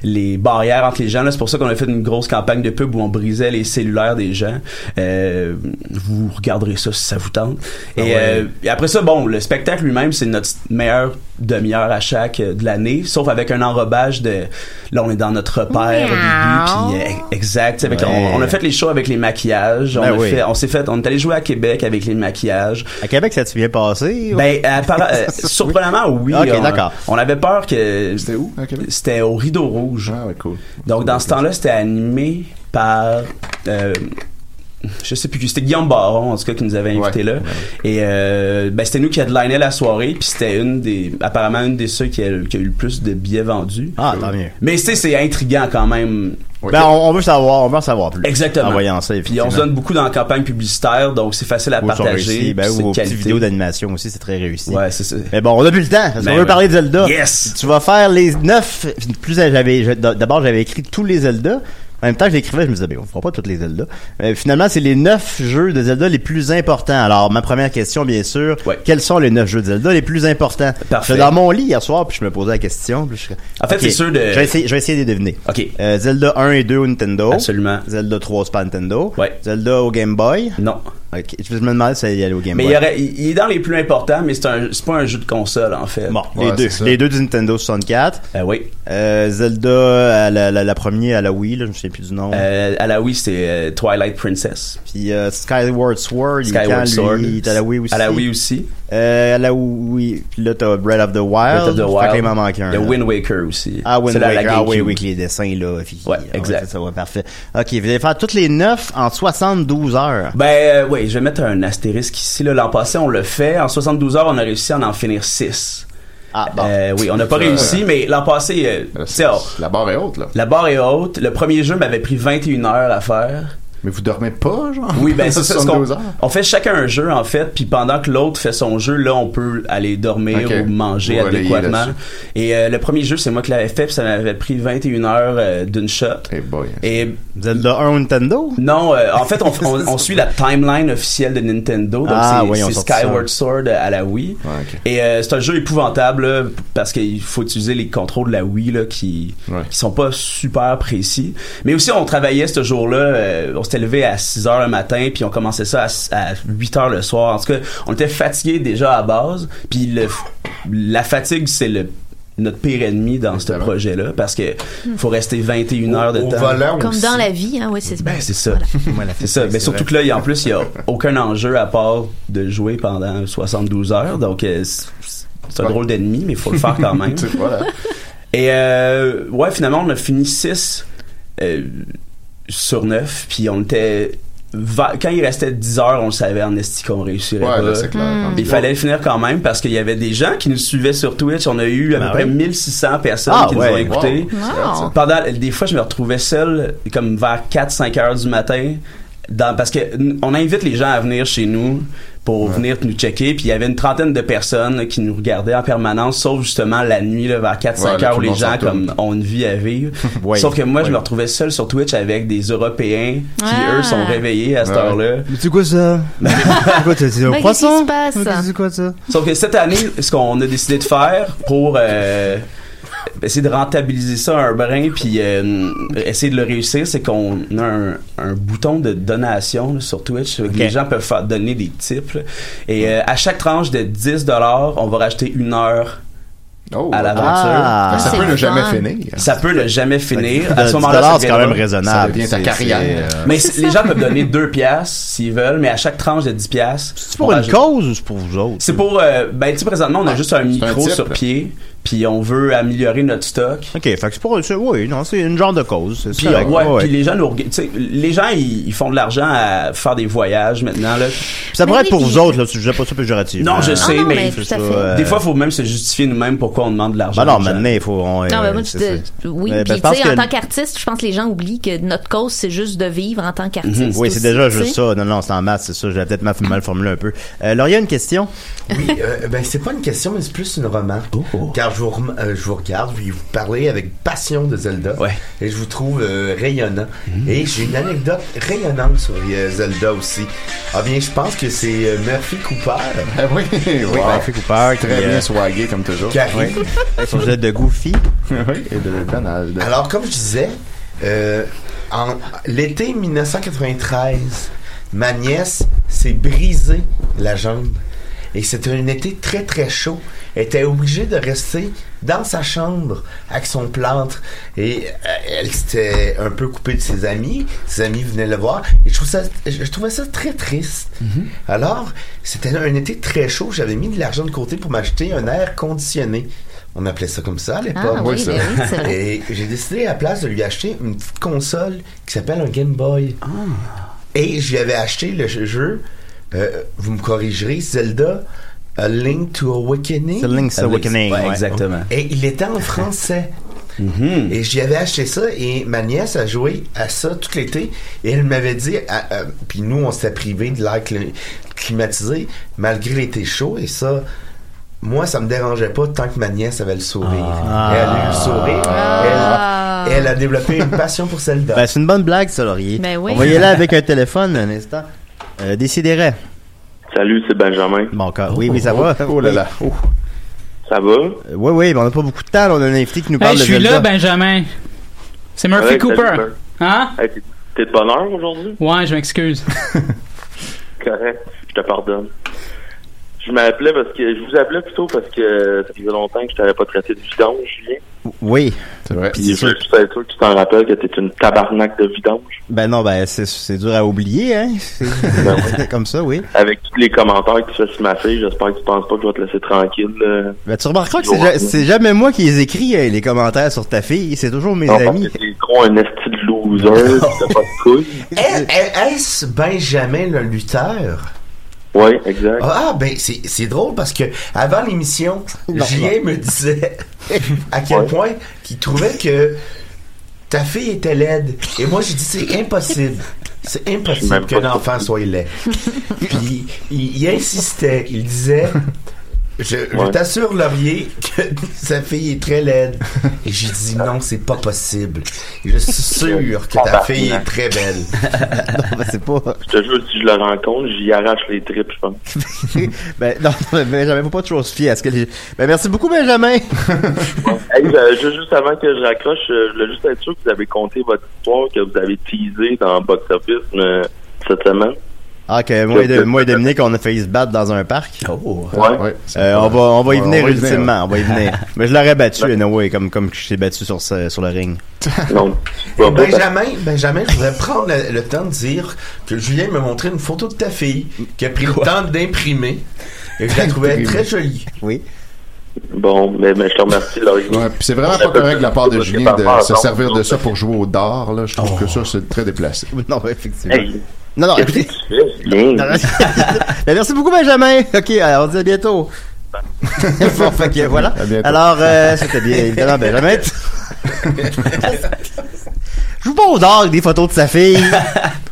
les barrières entre les gens. là. C'est pour ça qu'on a fait une grosse campagne de pub où on brisait les cellulaires des gens. Euh, vous regarderez ça si ça vous tente. Et, euh, et après ça, bon, le spectacle lui-même, c'est notre meilleure demi-heure à chaque euh, de l'année, sauf avec un enrobage de... Là, on est dans notre repère au début, puis, euh, exact. tu sais, Avec,
Ouais.
on, on a fait les shows avec les maquillages.
Ben
on a
oui.
fait- on s'est fait... On est allé jouer à Québec avec les maquillages.
À Québec, ça t'est bien passé?
Ben, appara- euh, surprenamment, oui.
Ok,
on,
d'accord.
On avait peur que... C'était
où, à Québec?
C'était au Rideau Rouge.
Ah ouais, cool.
Donc, dans ce temps-là, c'était animé par. euh, je sais plus qui, c'était Guillaume Baron, en tout cas, qui nous avait invités là.
Ouais,
Et euh, ben, c'était nous qui headlinait la soirée, puis c'était une des. Apparemment, une des ceux qui a, qui a eu le plus de billets vendus.
ah, tant mieux.
Mais tu sais, c'est intriguant quand même.
Ben, on, on veut savoir, on veut en savoir plus.
Exactement.
En voyant ça,
Puis on se
effectivement.
donne beaucoup dans la campagne publicitaire, donc c'est facile à
Vos sons
partager.
réussis, ben,
puis c'est
vos
de
petites
qualité.
vidéos d'animation aussi, c'est très réussi.
Ouais, c'est ça.
Mais bon, on a plus le temps, parce
Ben
qu'on veut
ouais.
parler de Zelda.
Yes!
Tu vas faire les neuf, plus j'avais, je- d'abord j'avais écrit tous les Zelda. En même temps que je l'écrivais, je me disais, ben, on fera pas toutes les Zelda. Mais finalement, c'est les neuf jeux de Zelda les plus importants. Alors, ma première question, bien sûr,
Ouais.
quels sont les neuf jeux de Zelda les plus importants?
Parfait.
J'étais dans mon lit hier soir, puis je me posais la question. puis je-
En fait,
Ok,
c'est sûr de-
Je vais essayer, je vais essayer de les deviner.
Ok.
Euh, Zelda 1 et 2 au Nintendo.
Absolument.
Zelda 3 au Super Nintendo.
Ouais.
Zelda au Game Boy.
Non.
Ok, je me demandais si ça allait aller au Game
Mais
Boy.
il, y aurait- il- il est dans les plus importants, mais c'est un- c'est pas un jeu de console, en fait.
Bon,
Ouais,
les deux.
c'est ça.
Les deux du Nintendo 64.
Euh, oui.
Euh, Zelda, à la, la, la première à la Wii, là, je me souviens plus du nom.
Euh, à la Wii, c'est euh, Twilight Princess.
Puis euh, Skyward Sword, il est
Skyward
quand, lui?
Sword.
Il est à la Wii aussi.
À la Wii aussi.
Euh, à la Wii. Puis là, t'as Breath of the Wild.
Breath of the
Ah, Je crois
Wild.
qu'il m'en manque un.
Le
là.
Wind Waker aussi.
Ah, Wind
C'est la- la
Waker. Ah oui,
GameCube.
oui, que les dessins, là. puis- ah,
Ouais, exact.
ça, Ça va parfait. Ok, vous allez faire toutes les 9 en 72 heures.
Ben euh, oui, je vais mettre un astérisque ici. là. L'an passé, on le fait. En 72 heures, on a réussi à en finir 6.
Ah, bon.
Euh, oui, on n'a pas réussi, mais l'an passé, euh,
Là,
tu
c'est-
sais, oh,
La barre est haute, là.
la barre est haute. Le premier jeu m'avait pris 21 heures à faire.
Mais vous dormez pas, genre?
Oui, ben c'est ça. ce qu'on-
72 heures.
on fait chacun un jeu, en fait, puis pendant que l'autre fait son jeu, là, on peut aller dormir
Ok.
ou manger
Ou relayer
adéquatement.
là-dessus.
Et euh, le premier jeu, c'est moi qui l'avais fait, puis ça m'avait pris 21 heures euh, d'une shot.
Eh boy.
Et
Zelda 1 au Nintendo?
Non, euh, en fait, on, on- on suit la timeline officielle de Nintendo. Donc,
Ah,
c'est
oui, on
c'est
sort ça.
Skyward Sword à la Wii.
Ouais, ok.
Et euh, c'est un jeu épouvantable là, parce qu'il faut utiliser les contrôles de la Wii là, qui,
Ouais.
qui sont pas super précis. Mais aussi, on travaillait ce jour-là. euh, on s'était levé à 6 heures le matin, puis on commençait ça à, à 8 heures le soir. En tout cas, on était fatigué déjà à base. Puis le- la fatigue, c'est le notre pire ennemi dans ce
Évidemment.
projet-là parce que faut rester 21 heures de
Au
temps.
volant
Comme
aussi.
dans la vie, hein, oui, c'est
Ben, c'est ça.
Voilà.
C'est ça. Mais surtout que là, il y a- en plus, il n'y a aucun enjeu à part de jouer pendant 72 heures. Donc, euh, c'est c'est un
Ouais.
drôle d'ennemi, mais il faut le faire quand même.
Tu sais, voilà.
Et euh, ouais, finalement, on a fini 6 sur 9. Puis on était. va- Quand il restait 10 heures, on le savait en esti qu'on réussirait
Ouais,
pas.
là, c'est clair.
Mm.
Il fallait le finir quand même parce qu'il y avait des gens qui nous suivaient sur Twitch. On a eu à peu
Ah
près
ouais?
1600 personnes
Ah
qui nous ont
ouais,
écoutés.
Wow.
Wow.
Pendant, des fois, je me retrouvais seul, comme vers 4-5 heures du matin, dans, parce que n- on invite les gens à venir chez nous pour venir nous checker. Puis il y avait une trentaine de personnes qui nous regardaient en permanence, sauf justement la nuit, là, vers 4-5
Ouais, là,
heures,
tout
où
le
les
monde
gens
s'en tourne.
comme, ont une vie à vivre.
Ouais,
sauf que moi, je
ouais.
me retrouvais seul sur Twitch avec des Européens qui,
Ah.
eux, sont réveillés à cette
Ouais.
heure-là.
C'est quoi ça?
Mais
C'est quoi, c'est un
Ben, Bah, qu'est-ce qui
poisson?
se passe?
C'est quoi ça?
Sauf que cette année, ce qu'on a décidé de faire pour euh, essayer de rentabiliser ça un brin puis euh, essayer de le réussir, c'est qu'on a un, un bouton de donation là, sur Twitch.
Ok.
Les gens peuvent faire- donner des tips. là. Et euh, à chaque tranche de 10 on va racheter une heure.
Oh.
À la-
Fait
Ah,
que ça
Ah,
peut
c'est
ne
le
jamais
fun.
finir.
Ça peut le jamais finir.
De-
À ce
du
moment-là,
dollar,
ça
c'est quand même
deviendra-
Ça
raisonnable.
devient ta
C'est-
carrière.
c'est-
euh,
Mais les gens peuvent donner 2 piastres s'ils veulent, mais à chaque tranche de 10 piastres,
C'est pour
on
une
rajoute-
cause ou c'est pour vous autres?
C'est pour euh, ben tu sais, présentement on a
Ouais,
juste un
c'est un
micro
type,
sur
là.
pied, puis on veut améliorer notre stock.
Ok, fait que c'est pour. c'est- Oui, non, c'est une genre de cause. c'est- C'est
Puis, euh,
correct.
ouais,
Ouais, ouais.
puis les gens, nous rega- tu sais, les gens ils, ils font de l'argent à faire des voyages maintenant. Là.
Puis Ça pourrait
Mais
être pour
oui,
vous
puis-
autres, là, je disais pas ça péjoratif.
Non, je sais,
non,
mais
mais
il
tout
faut
à
ça,
fait.
euh,
Des fois, il faut même se justifier nous-mêmes pourquoi on demande de l'argent.
Ben non,
aux gens.
maintenant, il faut. on, euh,
Non, mais moi, je
c'est
dis-
ça.
oui,
Mais
puis
ben, je
tu sais,
pense
en
que-
tant qu'artiste, je pense que les gens oublient que notre cause, c'est juste de vivre en tant qu'artiste.
Oui, c'est
aussi,
déjà
tu sais.
juste ça. Non, non, c'est en masse, c'est ça. J'avais peut-être mal, mal formulé un peu. Euh, Lauria, une question?
Oui, euh, ben c'est pas une question, mais c'est plus une remarque. Car je vous, rem- euh, je vous regarde, puis vous parlez avec passion de Zelda.
Ouais.
Et je vous trouve euh, rayonnant. Et j'ai une anecdote rayonnante sur euh, Zelda aussi. Ah bien, je pense que c'est euh, Murphy Cooper
Ah oui, oui.
Murphy Cooper, qui,
Très
euh,
bien swagué comme toujours.
qui arrive.
Son jet de Goofy.
Oui, Ah. et de Donald.
Alors, comme je disais, euh, en l'été 1993, ma nièce s'est brisée la jambe. Et c'était un été très très chaud. Elle était obligée de rester dans sa chambre avec son plâtre. Et euh, elle s'était un peu coupée de ses amis. Ses amis venaient le voir. Et je, trouve ça, je trouvais ça très triste. Alors, c'était un été très chaud. J'avais mis de l'argent de côté pour m'acheter un air conditionné. On appelait ça comme ça à l'époque.
Ah oui, ben oui, c'est vrai.
Et j'ai décidé à la place de lui acheter une petite console qui s'appelle un Game Boy.
Ah.
Et je lui avais acheté le jeu, euh, vous me corrigerez, Zelda A Link to Awakening.
C'est Link's Awakening.
Ouais,
ouais.
Exactement.
Et il était en français.
Mhm.
Et j'y avais acheté ça et ma nièce a joué à ça tout l'été et elle m'avait dit à- à- puis nous on s'était privé de l'air cli- climatisé malgré l'été chaud et ça moi ça me dérangeait pas tant que ma nièce avait le sourire.
Ah.
Elle a eu le sourire.
Ah.
Elle, elle a développé une passion pour Zelda.
Ben, c'est une bonne blague, ça, Laurier.
Ben oui.
On va y aller avec un téléphone un instant. Euh, Décidérez.
Salut, c'est Benjamin.
Bon, quand- oui, oui, ça va.
Oh là là. Oh.
Ça va?
Euh, Oui, oui, mais on n'a pas beaucoup de temps. là. On a un invité qui nous parle
Hey, Ben, je
de
suis
Zelda.
là, Benjamin. C'est Murphy
Ouais, salut,
Cooper.
Bert.
Hein?
Hey, t'es- T'es de bonne heure aujourd'hui?
Ouais, je m'excuse.
Correct. Je te pardonne. Je m'appelais parce que je vous appelais plutôt parce que ça faisait longtemps que je t'avais pas traité de vidange, Julien.
ben-
Oui.
C'est vrai.
Puis je veux juste être sûr que tu t'en rappelles que t'es une tabarnak de vidange.
Ben non, ben c'est- c'est dur à oublier, hein. C'est
Ben
c'est comme ça, oui.
Avec tous les commentaires que tu fais sur ma fille, j'espère que tu penses pas que je vais te laisser tranquille. euh, là.
Ben tu remarqueras que c'est ja- c'est jamais moi qui les écris, hein, les commentaires sur ta fille. C'est toujours mes
Non, parce
amis.
que t'es trop un esti de loser, pis t'as pas de couilles.
Est- est- Est-ce Benjamin le lutteur?
Ouais, exact.
Ah ben c'est c'est drôle parce que avant l'émission, Julien me disait à quel
Ouais.
point qu'il trouvait que ta fille était laide et moi j'ai dit c'est impossible. C'est
Je suis
impossible
même
qu'un
pas
enfant soit laid. Puis il, il insistait, il disait je, je
Ouais.
t'assure Laurier que sa fille est très laide. Et j'ai dit non, c'est pas possible. Et je suis
Ah,
sûr que
bah,
ta fille est très belle.
Non, ben c'est pas.
Je te jure, si je le rencontre, j'y arrache les tripes, je pense.
ben non, ben, Benjamin, faut pas trop se fier à ce que les... Ben merci beaucoup, Benjamin.
Hey, euh, ju- juste avant que je raccroche, euh, je voulais juste être sûr que vous avez compté votre histoire que vous avez teasé dans Box Office euh, cette semaine.
Ah, que moi et, de- moi et Dominique, on a failli se battre dans un parc.
Ouais.
Euh, on, va, on va y
On
venir
va y venir,
ultimement.
ouais.
On va y venir. Mais je l'aurais battu, anyway, comme, comme je t'ai battu sur, ce- sur le ring.
Non. ben,
Ben, Benjamin, Benjamin, je voudrais prendre le, le temps de dire que Julien m'a montré une photo de ta fille qui a pris le temps d'imprimer et que je la trouvais très jolie.
Oui.
Bon, mais, mais je te remercie, Laurie.
Ouais, puis c'est vraiment
On
pas
a peu
correct de la part de
plus
Julien
par
de
rapport à
se
ton-
servir de ça pour jouer au dard. Là. Je trouve que ça, c'est très déplacé.
Non, effectivement.
Hey.
Non, non,
Qu'est-ce que
Ah, écoutez.
tu fais, Julien?
Ben, merci beaucoup, Benjamin. OK, alors, on se dit à bientôt. bon, fait que, voilà.
À bientôt.
Alors, euh, c'était bien, évidemment, Benjamin. je vous pas au dog des photos de sa fille.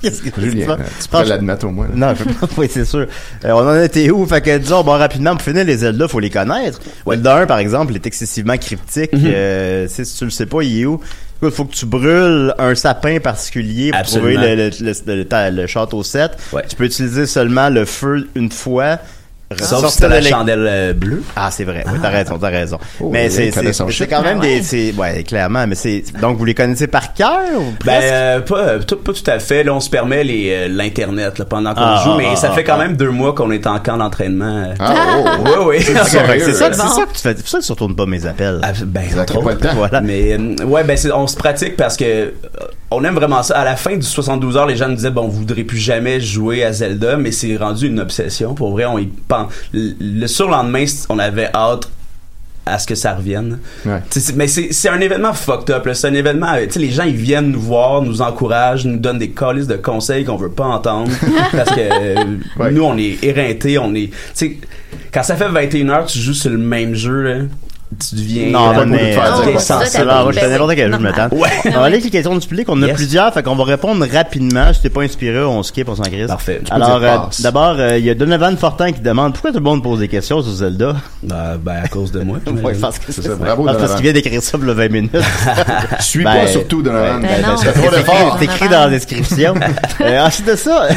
Qu'est-ce que
Julien, euh, tu peux l'admettre au moins. là.
Non, je- oui, c'est sûr. Euh, on en était où? Fait que disons, bon, rapidement, pour finir, les Zelda, faut les connaître. Zelda 1, par exemple, est excessivement cryptique.
Mhm.
Euh, tu sais, si tu le sais pas, il est où? Il faut que tu brûles un sapin particulier pour
Absolument.
trouver le, le, le- le- ta- le château 7.
Ouais.
Tu peux utiliser seulement le feu une fois.
Sauf si
Sortir
t'as la
de l'é-
chandelle euh, bleue.
Ah, c'est vrai. Oui, t'as raison, t'as raison.
Oh,
mais
il
c'est,
connaît
c'est,
son
c'est
shit.
quand même des... C'est, ouais, clairement. Mais c'est, donc, vous les connaissez par cœur? ou
Ben,
presque?
euh, pas, euh, tout, pas tout à fait. Là, on se permet les, euh, l'Internet là, pendant qu'on
Ah,
joue,
ah,
mais
ah,
ça
ah,
fait quand
ah.
même deux mois qu'on est en camp d'entraînement.
Ah, oh,
Oui, oui.
Fait que c'est, ça, c'est
Bon.
ça que tu fais. C'est pour ça que tu retournes pas mes appels.
Ah, ben,
Ça
entre
prend pas de
autres.
temps.
Voilà.
Mais euh, ouais, ben c'est- on se pratique parce que euh, on aime vraiment ça. À la fin du 72 heures, les gens nous disaient bon, vous voudrez plus jamais jouer à Zelda, mais c'est rendu une obsession. Pour vrai, on y pense. Le, le surlendemain, c- on avait hâte à ce que ça revienne.
oh. Ouais.
Tu sais, Mais c'est c'est un événement fucked up. là. C'est un événement. euh, Tu sais, les gens ils viennent nous voir, nous encouragent, nous donnent des calices de conseils qu'on veut pas entendre parce que euh,
Ouais.
nous on est éreintés, on est. Tu sais, quand ça fait 21 heures, tu joues sur le même jeu. là, tu deviens
Non,
vraiment
mais- euh,
beaucoup
Non,
plus
mais
sensible.
ça,
C'est là, moi, je fais
Ben,
n'importe quel jeu, je me
normal.
tente.
Ouais.
On va aller avec les questions du public. On en a
Yes.
plusieurs, fait qu'on va répondre rapidement. Si t'es pas inspiré, on skip, on s'en crise.
Parfait. Tu peux
Alors,
dire
euh,
passe.
d'abord, euh, il y a Donovan Fortin qui demande pourquoi tout le monde pose des questions sur Zelda.
Ben, ben, à cause de moi.
Ouais, parce que
c'est
c'est-
ça. Bravo,
parce
Donovan.
qu'il vient d'écrire ça pour le 20 minutes.
Suis
Ben,
pas surtout de la
Ben non.
c'est
C'est trop
c'est
d'efforts.
écrit- c'est écrit dans la description. Euh, ensuite de ça,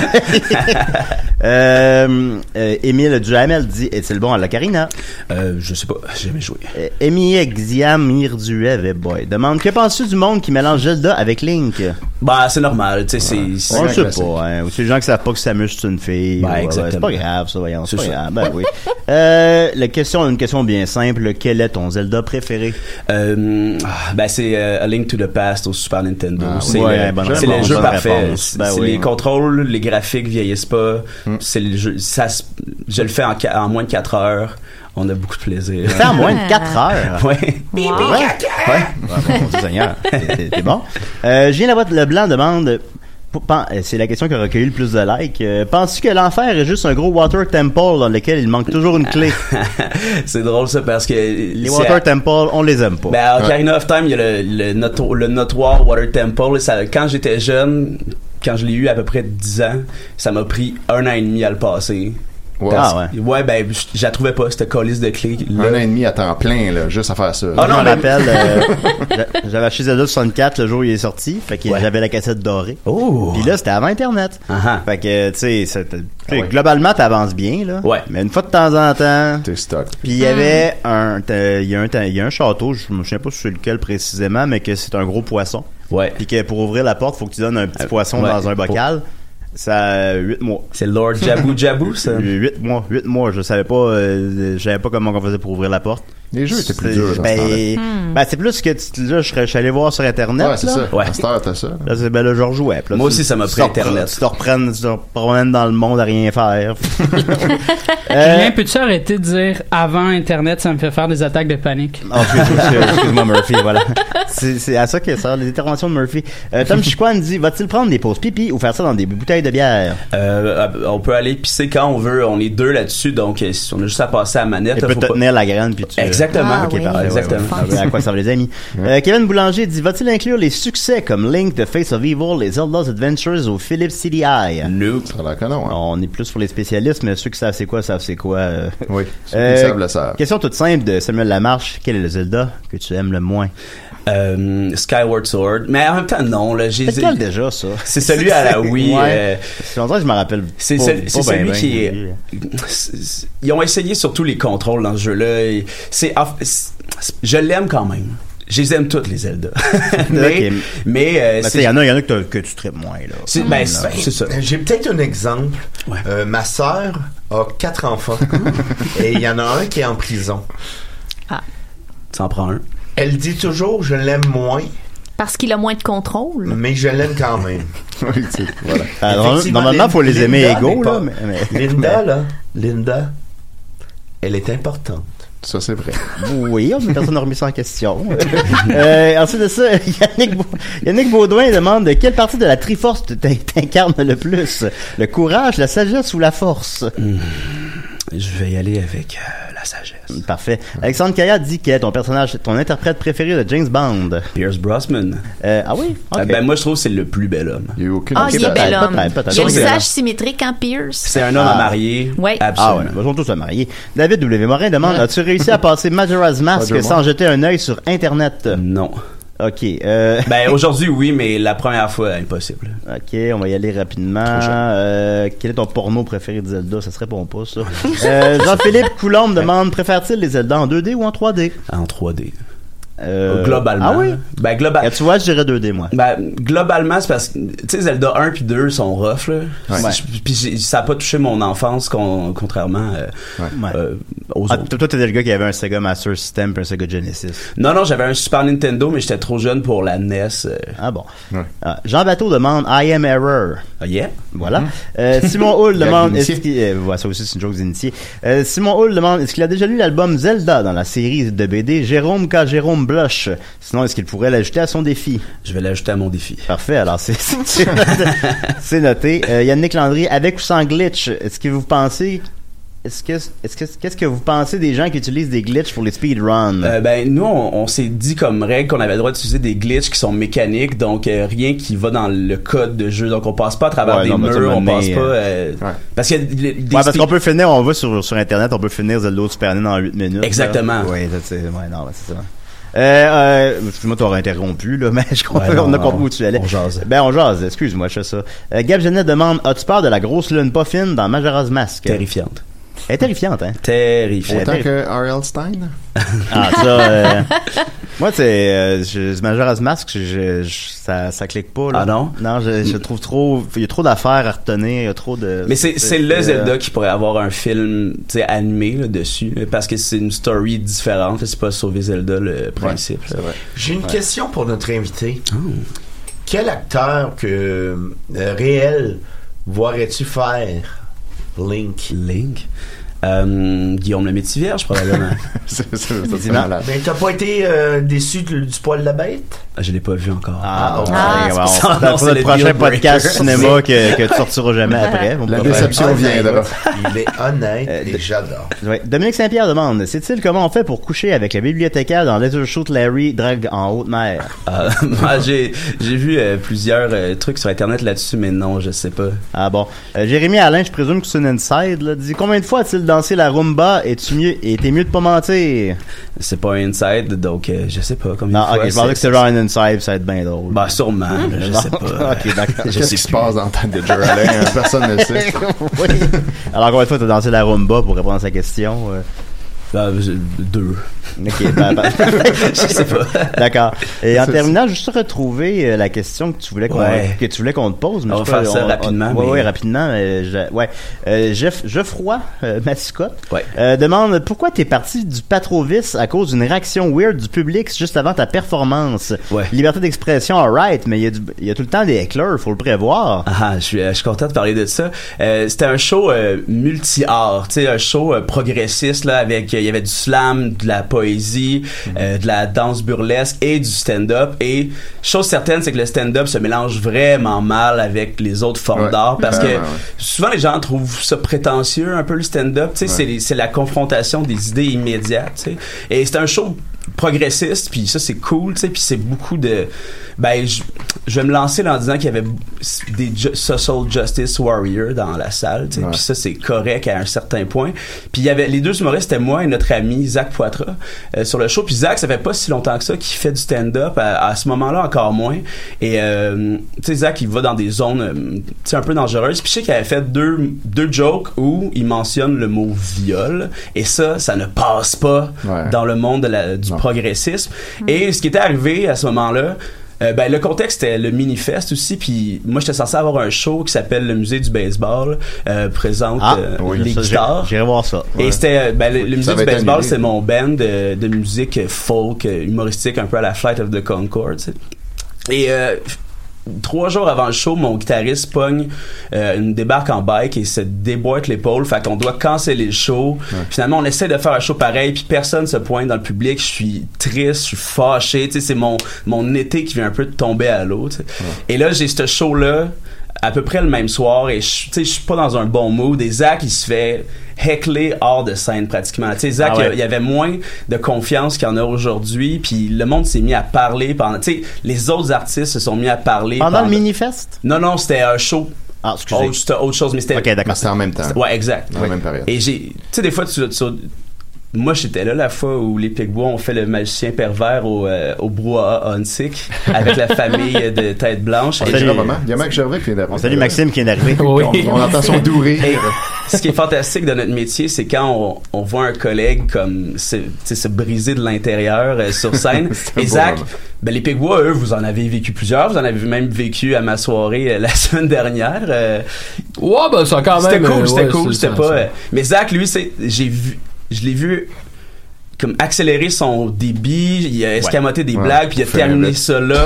euh, euh, Émile Duhamel dit est-il bon à la Carina?
Euh, je sais pas, j'ai jamais joué.
Euh, Emi Exiam Irduev, eh boy, demande que penses-tu du monde qui mélange Zelda avec Link?
Ben, c'est normal, tu sais, c'est-
On
c'est.
un
le sait
classique.
pas, hein. Ou c'est les gens qui savent pas que Samus c'est une fille.
Ben,
Ouais, ouais, c'est
exactement.
pas grave, ça, voyons. C'est
C'est
pas
ça.
grave. Ben oui. Euh, la question, une question bien simple. Quel est ton Zelda préféré?
Euh, ah, ben, c'est euh, A Link to the Past au Super Nintendo.
Ah,
c'est
ouais,
le-
bonne
c'est
réponse,
le jeu
bonne
parfait.
réponse.
C'est
Ben
c'est
oui.
les contrôles, les graphiques vieillissent pas.
Mm.
C'est le jeu. Ça, se- je le fais en, qua- en moins de 4 heures. On a beaucoup de plaisir.
Fais en moins de 4 heures.
Ah Ouais. Ah,
Ouais. Ouais. Ouais, mon Dieu Seigneur. C'est c'est bon. Euh, Julien Lavoie Leblanc demande. pour- pen- euh, C'est la question qui a recueilli le plus de likes. Euh, Penses-tu que l'enfer est juste un gros water temple dans lequel il manque toujours une clé?
c'est drôle ça parce que.
Les
c'est-
water temple, on les aime pas.
Ben, à Ocarina of Time, il y a le, le, noto- le notoire Water Temple. Et ça, quand j'étais jeune, quand je l'ai eu à peu près 10 ans, ça m'a pris un an et demi à le passer.
Ouais.
Ah ouais.
Ouais, ben, j- je la trouvais pas, cette colisse de clé.
Un an et demi à temps plein, là, juste à faire ça.
Ah
Moi,
non,
je me
mais-
rappelle, euh, j'a- j'avais acheté Zelda 64 le jour où il est sorti, fait que j'avais la cassette dorée.
Oh! Ah
Puis là, c'était avant Internet.
Ah-ha.
Fait que, tu sais, c'était- tu sais,
Ouais.
globalement, t'avances bien, là.
Ah Ouais.
Mais une fois de temps en temps.
T'es stock.
Puis il y avait un, t'as- il y a un, t'as- il y a un château, je me souviens pas sur lequel précisément, mais que c'est un gros poisson.
Ouais.
Puis que pour ouvrir la porte, faut que tu donnes un petit
Euh,
poisson
ouais.
dans un bocal. Ça, 8 mois.
C'est Lord Jabu Jabu, ça.
8 mois, 8 mois, je savais pas, euh, je savais pas comment on faisait pour ouvrir la porte.
Les jeux étaient plus
C'est-
durs dans ce temps-là.
ben, ben, c'est plus que tu, là, je, serais- je suis allé voir sur Internet.
Ouais, c'est
là.
ça.
Ouais.
À cette heure, t'as ça.
Là, c'est, ben là, je rejouais. Puis là,
Moi
tu-
aussi, ça m'a
tu
pris
te repre-
Internet.
Tu te reprennes, tu te promènes dans le monde à rien faire.
Julien, peux-tu arrêter de dire avant Internet, ça me fait faire des attaques de panique?
Oh, excuse- Excuse-moi, Murphy, voilà. C'est, c'est à ça que ça, les interventions de Murphy. Euh, Tom Chiquan dit, va-t-il prendre des pauses pipi ou faire ça dans des bouteilles de bière?
Euh, on peut aller pisser quand on veut. On est deux là-dessus, donc euh, si on a juste à passer à la manette.
Tu
là,
peux
faut
te
pas-
tenir la graine puis tu...
Exactement.
Ah,
Ok,
oui.
parfait, ouais, ouais.
Exactement.
Ah, ben, à quoi servent les amis? Euh, Kevin Boulanger dit, va-t-il inclure les succès comme Link, The Face of Evil, les Zelda's Adventures ou Philips CDI?
Nope. Ça a l'air que non, hein.
On est plus pour les spécialistes, mais ceux qui savent c'est quoi, savent c'est quoi. euh.
Oui. Ceux qui
Euh,
savent le savent.
Question toute simple de Samuel Lamarche. Quel est le Zelda que tu aimes le moins?
Euh, Skyward Sword. Mais en même temps, non, là. j'ai-
C'est lequel déjà, ça?
C'est celui à la Wii. euh,
Ouais. C'est longtemps que je me rappelle.
C'est
pas-
cel-
pas
c'est
ben,
celui
ben,
qui est.
lui.
c'est- Ils ont essayé surtout les contrôles dans ce jeu-là. et C'est, en f- c'est- je l'aime quand même. Je les aime toutes, les Zelda. mais,
Ok.
mais, euh,
Ben, tu sais,
c'est-
Il y en a, il y en a que, t'as- que tu traites moins. Là. Mm.
C'est- ben, c'est- c'est ça.
Euh, J'ai peut-être un exemple. Euh, ma sœur a quatre enfants et il y en a un qui est en prison.
Ça en prend un.
Elle dit toujours je l'aime moins,
Parce qu'il a moins de contrôle.
mais je l'aime quand même.
voilà. Alors, normalement, faut les aimer égaux, là, mais- mais-
Linda, là, Linda, elle est importante.
Ça, c'est vrai.
Oui, on- personne n'a remis ça en question. Euh, ensuite de ça, Yannick, Bau- Yannick Baudouin demande quelle partie de la Triforce t- t'in- t'incarne le plus Le courage, la sagesse ou la force
Hmm. Je vais y aller avec euh, la sagesse.
Parfait. Alexandre Kaya dit que ton personnage, ton interprète préféré de James Bond.
Pierce Brosnan.
ah oui?
Euh, ben, moi, je trouve que c'est le plus bel homme.
Il y a eu aucune
Ah, il est bel homme. Il a le visage
C'est
symétrique en Pierce.
un homme
Ah.
à marier.
Ouais.
Ah ouais, ils sont tous à marier. David W. Morin demande As-tu réussi à passer Majora's Mask
Majora's
sans
Mask.
jeter un œil sur Internet
Non.
Ok. euh,
Ben, aujourd'hui, oui, mais la première fois, impossible.
Ok, on va y aller rapidement. Euh, quel est ton porno préféré de Zelda Ça se répond pas, ça. Euh, Jean-Philippe Coulombe demande préfère-t-il les Zelda en 2D ou en 3D
En 3D.
Euh,
Globalement.
Ah oui
Ben, global...
Tu vois, je dirais 2D, moi.
Ben, globalement, c'est parce que, tu sais, Zelda 1 puis 2 sont rough, là.
Ouais.
C'est- Puis j'ai- ça n'a pas touché mon enfance, con- contrairement euh, euh, aux
Ah,
autres.
toi, toi, t'étais le gars qui avait un Sega Master System et un Sega Genesis.
Non, non, j'avais un Super Nintendo, mais j'étais trop jeune pour la NES. euh.
Ah bon. Ah, Jean Bateau demande I am error.
Ah, yeah. Mm-hmm.
Voilà. Euh, Simon Hull
Gag
demande
d'initié.
est-ce qu'il euh, ouais, ça aussi c'est une joke d'initié. Euh, Simon Hull demande est-ce qu'il a déjà lu l'album Zelda dans la série de BD Jérôme K. Jérôme Blush. Sinon est-ce qu'il pourrait l'ajouter à son défi
Je vais l'ajouter à mon défi.
Parfait. Alors c'est c'est noté. C'est noté. Euh, Yannick Landry avec ou sans glitch. Est-ce que vous pensez est-ce que est-ce que qu'est-ce que vous pensez des gens qui utilisent des glitches pour les speedruns
Euh, ben nous on, on s'est dit comme règle qu'on avait le droit d'utiliser des glitches qui sont mécaniques donc euh, rien qui va dans le code de jeu donc on passe pas à travers
Ouais,
des
non, mais ça,
murs on
maintenant,
passe pas euh, parce qu'il y a des des
Ouais, parce
speed-
qu'on peut finir, on va sur, sur Internet, on peut finir Zelda ou Super Nintendo en 8 minutes.
Exactement.
Oui, c'est ouais, non, ouais, c'est ça. Euh, euh, excuse-moi, t'aurais interrompu, là, mais je comprends,
Ouais, non,
on a
non,
compris où tu allais.
on jase.
Ben, on jase, excuse-moi, je fais ça. Euh, Gab Genet demande, as-tu peur de la grosse lune pas fine dans Majora's Mask?
terrifiante
Elle est terrifiante, hein?
terrifiante
Autant
Autant que R.L. Stein.
Ah, ça, euh, moi, c'est, euh, je- Majora's Mask, je, je- ça, ça clique pas, là.
Ah non?
Non, je, je trouve trop, il y a trop d'affaires à retenir, il y a trop de... euh,
mais c'est c'est le Zelda qui pourrait avoir un film tu sais animé là, dessus là, parce que c'est une story différente là, c'est pas sauver Zelda le principe là.
J'ai une question pour notre invité.
Oh.
Quel acteur que euh, réel voirais-tu faire Link?
Link Euh, Guillaume le métier vierge probablement
C'est c'est- c'est- c'est
Dis-moi.
malade.
Ben, t'as pas été euh, déçu de- du poil de la bête?
je l'ai pas vu encore
Ah, ouais,
Ah,
ouais,
c'est
on
ça.
s'attend
Non,
pour
c'est
le
le
prochain
deal breaker.
podcast cinéma que, que tu sortiras jamais après. On
La
pourra faire-
déception viendra.
Il est honnête
Euh, de-
et j'adore.
Ouais. Dominique Saint-Pierre demande Sait-il comment on fait pour coucher avec la bibliothécaire dans Let's Shoot Larry drague en haute mer
Ah, moi, j'ai j'ai vu euh, plusieurs euh, trucs sur internet là-dessus, mais non, je sais pas.
Ah bon. Euh, Jérémy Alain, je présume que c'est une inside, là, dit Combien de fois a-t-il dansé la rumba Es-tu mieux Et t'es mieux de pas mentir
C'est pas un inside, donc euh, je sais pas combien
Non,
de fois.
ok, je pensais que c'était
c'est-
genre un inside, ça va être bien drôle.
Bah sûrement, là, je sais pas.
ok, d'accord.
Je
Qu'est-ce
sais
qui se passe dans la tête de Jerry Allen? hein? Personne ne sait.
Oui. Alors, combien de fois t'as dansé la rumba pour répondre à sa question euh?
Ah, je- deux.
Ok, bah, bah.
je sais pas.
D'accord. Et en
C'est-
terminant, juste retrouver euh, la question que tu voulais qu'on
Ouais.
que tu voulais qu'on te pose. mais
On
je
va
sais pas,
faire ça rapidement,
Oui,
mais- euh.
oui, rapidement. mais je- ouais. Euh, Jeff, Geoffroy euh, Massicotte
Ouais.
euh, demande pourquoi t'es parti du Patrovis à cause d'une réaction weird du public juste avant ta performance.
Ouais.
Liberté d'expression, alright, mais il y, a du- il y a tout le temps des hecklers, faut le prévoir.
Ah, je suis, euh, je suis content de parler de ça. Euh, c'était un show euh, multi-art, tu sais, un show euh, progressiste là, avec euh, il y avait du slam, de la poésie,
Mhm.
euh, de la danse burlesque et du stand-up. Et chose certaine, c'est que le stand-up se mélange vraiment mal avec les autres formes
Ouais.
d'art parce
Ouais,
que
ouais, ouais.
souvent les gens trouvent ça prétentieux un peu le stand-up. Tu sais, c'est les- c'est la confrontation des idées immédiates. tu sais. Et c'est un show progressiste puis ça c'est cool tu sais puis c'est beaucoup de ben je, je vais me lancer là en disant qu'il y avait des ju- social justice warriors dans la salle tu sais
Ouais.
puis ça c'est correct à un certain point puis il y avait les deux humoristes c'était moi et notre ami Zach Poitras euh, sur le show puis Zach ça fait pas si longtemps que ça qui fait du stand-up à, à ce moment-là encore moins et euh, tu sais Zach il va dans des zones euh, tu sais un peu dangereuses puis je sais qu'il avait fait deux deux jokes où il mentionne le mot viol et ça ça ne passe pas
Ouais.
dans le monde de la- du du progressisme. Et ce qui était arrivé à ce moment-là, euh, ben, le contexte était le mini-fest aussi, puis moi j'étais censé avoir un show qui s'appelle le musée du baseball, euh, présente
Ah,
euh,
oui,
les
ça, j'ai-
guitares.
J'irai voir ça.
Et
Ouais.
c'était euh, ben, le, le musée
Ça va
du
être
baseball,
annulé.
c'est mon band euh, de, musique euh, folk euh, humoristique un peu à la Flight of the Concorde. tu sais. Et euh, trois jours avant le show, mon guitariste pogne euh, une débarque en bike et se déboîte l'épaule. Fait qu'on doit canceller le show. Finalement, on essaie de faire un show pareil, puis personne se pointe dans le public. Je suis triste, je suis fâché. Tu sais, c'est mon mon été qui vient un peu de tomber à l'eau. tu sais. Et là, j'ai ce show là à peu près le même soir et je suis- tu sais, je suis pas dans un bon mood et Zach il se fait heckler hors de scène pratiquement tu sais Zach
Ah ouais.
il y a- il y avait moins de confiance qu'il y en a aujourd'hui puis le monde s'est mis à parler pendant tu sais les autres artistes se sont mis à parler
Pendant le mini-fest?
non non c'était un show
ah excusez
autre, c'était autre chose mais c'était
Ok, d'accord.
en même temps.
ouais exact
Dans la même période.
et j'ai. Tu sais, des fois, tu. tu- moi, j'étais là la fois où les Picbois ont fait le magicien pervers au, euh, au brouhaha Hunsick avec la famille de Tête Blanche.
On
Et
salue
j'ai-
le moment. Il y a Max Gervais qui vient d'arriver.
On salue Maxime qui est arrivé.
On, on entend son doux rire.
Et ce qui est fantastique de notre métier, c'est quand on, on voit un collègue comme se, tu sais, se briser de l'intérieur euh, sur scène.
un
Et
beau
Zach,
moment.
ben, les Pigbois, eux, vous en avez vécu plusieurs. Vous en avez même vécu à ma soirée euh, la semaine dernière. euh,
Ouais, ben ça quand même.
c'était
euh,
cool, c'était
ouais,
cool,
c'est-
c'était
ça-
pas.
ça-
euh, mais Zach, lui, c'est, j'ai vu, je l'ai vu comme accélérer son débit, il a escamoté des
Ouais,
blagues, puis il a
faut faire
terminé
un
ça là.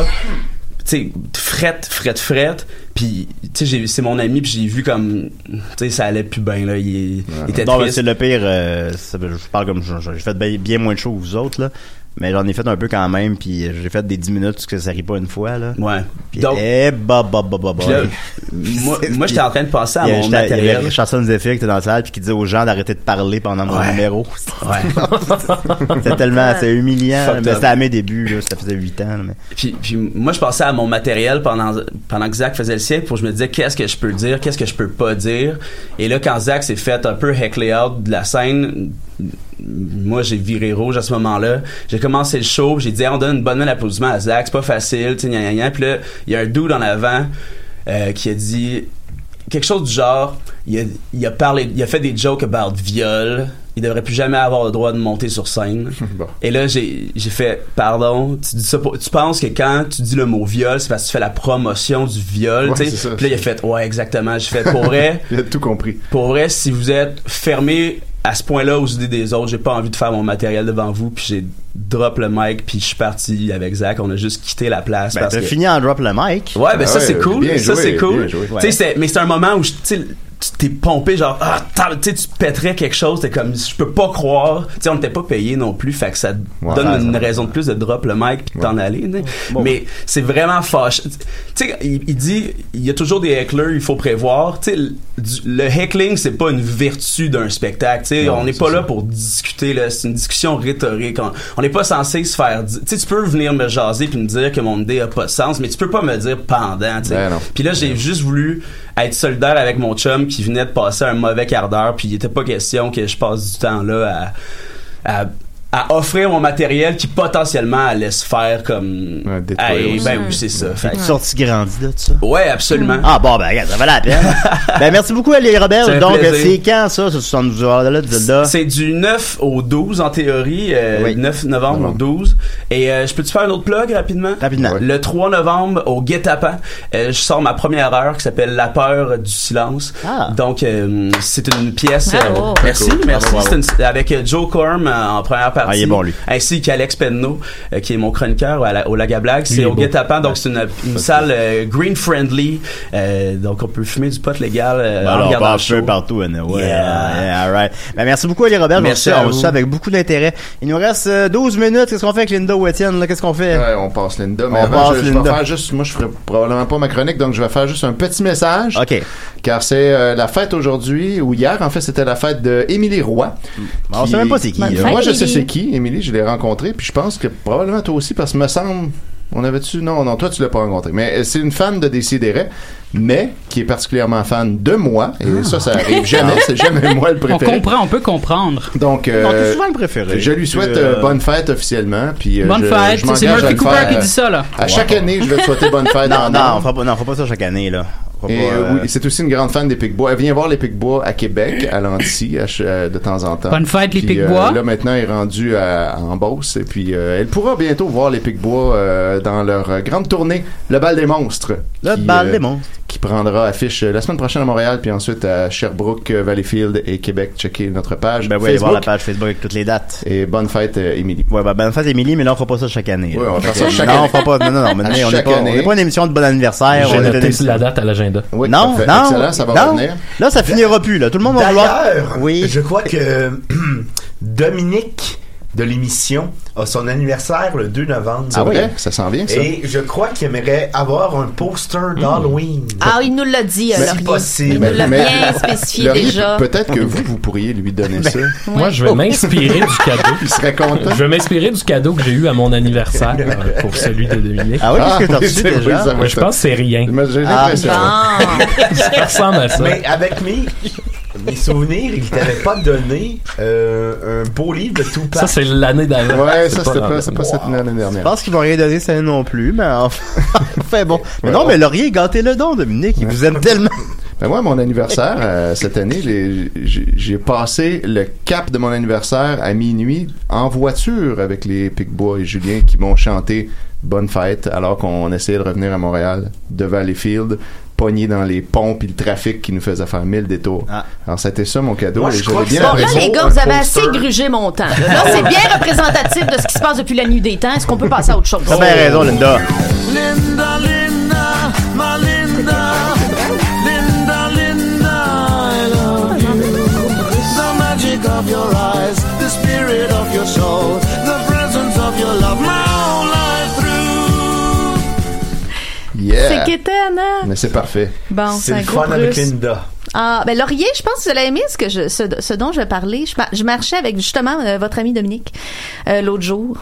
Tu sais, fret, fret, fret. Puis, tu sais, j'ai- c'est mon ami, puis j'ai vu comme, tu sais, ça allait plus bien, là. Il, il était
non, mais
triste.
c'est le pire. euh, c'est- je parle comme je- je- j'ai fait bien, bien moins de shows que vous autres là, mais j'en ai fait un peu quand même. Puis euh, j'ai fait des 10 minutes parce que ça arrive pas une fois là.
Ouais.
Puis, eh, bah, bah, bah, bah, bah.
Puis là, moi, moi, j'étais en train de penser à
Ah,
Il y a-
mon
j'étais- Il y
matériel.
avait Richardson Zephyr qui était dans la salle puis qui disait aux gens d'arrêter de parler pendant mon
Ouais.
numéro.
Ouais.
C'était tellement c'est humiliant.
Fucked
mais
up.
c'était à mes débuts, là, ça faisait 8 ans. là, mais...
Puis, puis moi, je pensais à mon matériel pendant, pendant que Zach faisait le siècle pour je me disais qu'est-ce que je peux dire, qu'est-ce que je peux pas dire. Et là, quand Zach s'est fait un peu heckler out de la scène, moi, j'ai viré rouge à ce moment-là. J'ai commencé le show, j'ai dit, Hey, on donne une bonne main d'applaudissement à Zach, c'est pas facile, tu sais, gna, gna, gna. Puis là, il y a un dude en avant euh, qui a dit quelque chose du genre, il a, il a parlé, il a fait des jokes about viol. Il devrait plus jamais avoir le droit de monter sur scène. Et là, j'ai j'ai fait, pardon, tu dis ça pour- tu penses que quand tu dis le mot viol, c'est parce que tu fais la promotion du viol,
Ouais,
tu sais.
c'est ça.
Puis là, il a fait, ouais, exactement. Je fais, pour vrai,
Il a tout compris.
pour vrai, si vous êtes fermé à ce point-là aux idées des autres, j'ai pas envie de faire mon matériel devant vous, puis j'ai drop le mic, puis je suis parti avec Zach. On a juste quitté la place.
Ben,
parce
t'as
que-
fini en drop le mic.
Ouais, ben ça c'est cool,
Ah bien
ça
joué,
c'est cool.
bien joué.
Tu sais, c'est- mais c'est un moment où je- tu sais, tu t'es pompé genre ah t'as- tu sais, tu pèterais quelque chose, t'es comme je peux pas croire. Tu sais, on t'était pas payé non plus, fait que ça
Ouais,
donne
ouais,
une
ouais.
raison de plus de drop le mic puis de t'en aller. tu sais. Mais c'est vraiment fâche. Tu sais, il, il dit il y a toujours des hecklers, il faut prévoir. Tu sais, le- du- le heckling c'est pas une vertu d'un spectacle. Tu sais,
Non,
on n'est
c'est
pas
ça.
là pour discuter là, c'est une discussion rhétorique. On- On n'est pas censé se faire. di- Tu sais, tu peux venir me jaser puis me dire que mon idée a pas de sens, mais tu peux pas me le dire pendant. tu sais.
Ben non.
Puis là, j'ai juste voulu être solidaire avec mon chum qui venait de passer un mauvais quart d'heure, puis il était pas question que je passe du temps là à, à, à offrir mon matériel qui potentiellement allait se faire comme. Hey,
aussi.
ben oui, c'est ça. Fait
T'es
que-
sorti grandi de ça?
Ouais, absolument.
Ah bon, ben regarde, ça valait la peine. ben merci beaucoup, Ali
C'est un
Robert. Donc,
plaisir.
c'est quand ça, ce 72 heures-là de Zelda?
C'est du 9 au 12 en théorie, euh, 9 novembre au 12. Et euh, je peux-tu faire un autre plug rapidement?
Rapidement.
Le 3 novembre au Guet-Apens, euh, je sors ma première heure qui s'appelle La peur du silence. Donc, euh, c'est une pièce...
Ah. Bravo.
euh, merci,
Très cool.
merci.
Bravo, bravo.
C'est une- avec euh, Joe Corm euh, en première partie.
Ah, il est bon, lui.
Ainsi qu'Alex Penneau, euh, qui est mon chroniqueur à la- au Lagablag.
Lui, il
C'est
est
au
beau.
Guet-Apens, donc c'est une, une salle euh, green friendly. Euh, donc, on peut fumer du pot légal euh,
Ben
en
alors,
regardant
on
le
peut
show.
partout, hein, ouais,
Yeah.
yeah, all right. Ben, merci beaucoup, Ali Robert.
Merci
on
à
va
vous.
suit ça avec beaucoup d'intérêt. Il nous reste euh, 12 minutes. Qu'est-ce qu'on fait avec Linda ou Étienne? là? Qu'est-ce qu'on fait?
Ouais, on passe Linda, mais
On
avant,
passe
je, je vais
Linda.
faire juste, moi je ferai probablement pas ma chronique, donc je vais faire juste un petit message.
OK.
Car c'est euh, la fête aujourd'hui, ou hier, en fait, c'était la fête de Émilie Roy.
Ben, on sait même pas c'est qui, Bonne là. fête,
Moi, je sais
Émilie.
c'est qui, Émilie, je l'ai rencontrée, puis je pense que probablement toi aussi, parce que me semble, on avait-tu, non, non, toi tu l'as pas rencontrée, mais euh, c'est une fan de Décideret, mais qui est particulièrement fan de moi, et ça, ça arrive jamais, c'est jamais moi le préféré.
Ah. On comprend, on peut comprendre.
Donc,
Non,
euh,
t'es souvent le préféré.
Je lui souhaite
Euh,
euh, bonne fête officiellement. Puis, euh,
Bonne
je-
fête,
je
c'est
m'engage
Murphy
à le
Cooper
faire,
qui
euh,
dit ça, là.
À chaque année, je vais te souhaiter bonne fête.
Non,
en
non,
ordre.
on fera pas, non, on fera pas ça chaque année, là. pourquoi
Et,
pas,
euh,
euh,
oui, c'est aussi une grande fan des Picbois. Elle vient voir les Picbois à Québec, à Lanty, à ch- euh, de temps en temps.
Bonne fête, les
Puis, euh,
Picbois.
là, maintenant, elle est rendue à, à Beauce. Et puis, euh, elle pourra bientôt voir les Picbois euh, dans leur euh, grande tournée, le Bal des Monstres. Le
Bal des Monstres.
Qui prendra affiche euh, la semaine prochaine à Montréal, puis ensuite à Sherbrooke, euh, Valleyfield et Québec. Checkez notre page.
Ben oui, allez
Facebook.
voir la page Facebook avec toutes les dates.
Et bonne fête, euh, Émilie.
Ouais, ben, bonne fête, Émilie, mais là, on fera pas ça chaque année.
Ouais, on va faire ça
Non,
chaque
on
année.
fera pas. Non, non, non, maintenant,
À
on n'est
chaque
pas, on
année.
n'est pas une émission de bon anniversaire.
J'ai
on est une
noté
émission-
la date à l'agenda.
Oui,
non,
parfait.
non,
Excellent, ça va
non.
revenir.
Là, ça finira plus. Là, tout le monde va vouloir.
D'ailleurs, je crois que Dominique de l'émission a son anniversaire le 2 novembre.
Ah
Ah
C'est vrai, ça s'en vient, ça.
Et je crois qu'il aimerait avoir un poster d'Halloween.
Hmm. Ah, il nous l'a dit, euh,
Mais-
Laurier.
possible.
Il nous l'a
Mais-
bien spécifié
Laurie,
déjà.
Peut-être que vous, vous pourriez lui donner
Ben,
ça.
Moi, je vais m'inspirer du cadeau.
Il serait content.
Je vais m'inspirer du cadeau que j'ai eu à mon anniversaire euh, pour celui de Dominique.
Ah oui, qu'est-ce que t'as
oui,
reçu
c'est-
déjà?
oui, ça va, Je pense que c'est rien.
J'ai
l'impression.
Ça ressemble à ça.
Mais avec mes, mes souvenirs, il t'avait pas donné euh, un beau livre de Tupac.
Ça, c'est l'année d'avant.
Ouais, ça, c'était pas, c'est pas
Wow.
cette année
Je
dernière.
pense qu'ils vont rien donner ça non plus, mais enfin, enfin bon. Mais non, mais Laurier, gâtez le don, Dominique. Il vous aime tellement.
Ben moi, mon anniversaire, euh, cette année, les- j'ai j'ai passé le cap de mon anniversaire à minuit en voiture avec les Picbois et Julien qui m'ont chanté Bonne fête alors qu'on essayait de revenir à Montréal de Valleyfield, pogné dans les ponts et le trafic qui nous faisait faire mille détours.
Ah.
Alors, c'était ça mon cadeau.
Moi,
et
je
j'avais
crois que
bien
c'est-
Bon, là,
raison.
les gars,
Un
vous avez
poster.
assez grugé mon temps. Là, c'est bien représentatif de ce qui se passe depuis la nuit des temps. Est-ce qu'on peut passer à autre chose?
T'as
Oh.
bien raison, Linda.
Linda, Linda, ma Linda, Linda, Linda, I love you. The magic of your eyes, the spirit of your soul, the presence of your love, my whole life through.
Yeah.
C'est quétaine, hein?
Mais c'est parfait.
Bon, C'est c'est un le gros fun plus. avec Linda. Ah, ben Laurier, je pense que vous allez aimer ce, que je, ce, ce dont je parlais. Je, par- je marchais avec justement euh, votre ami Dominique euh, l'autre jour.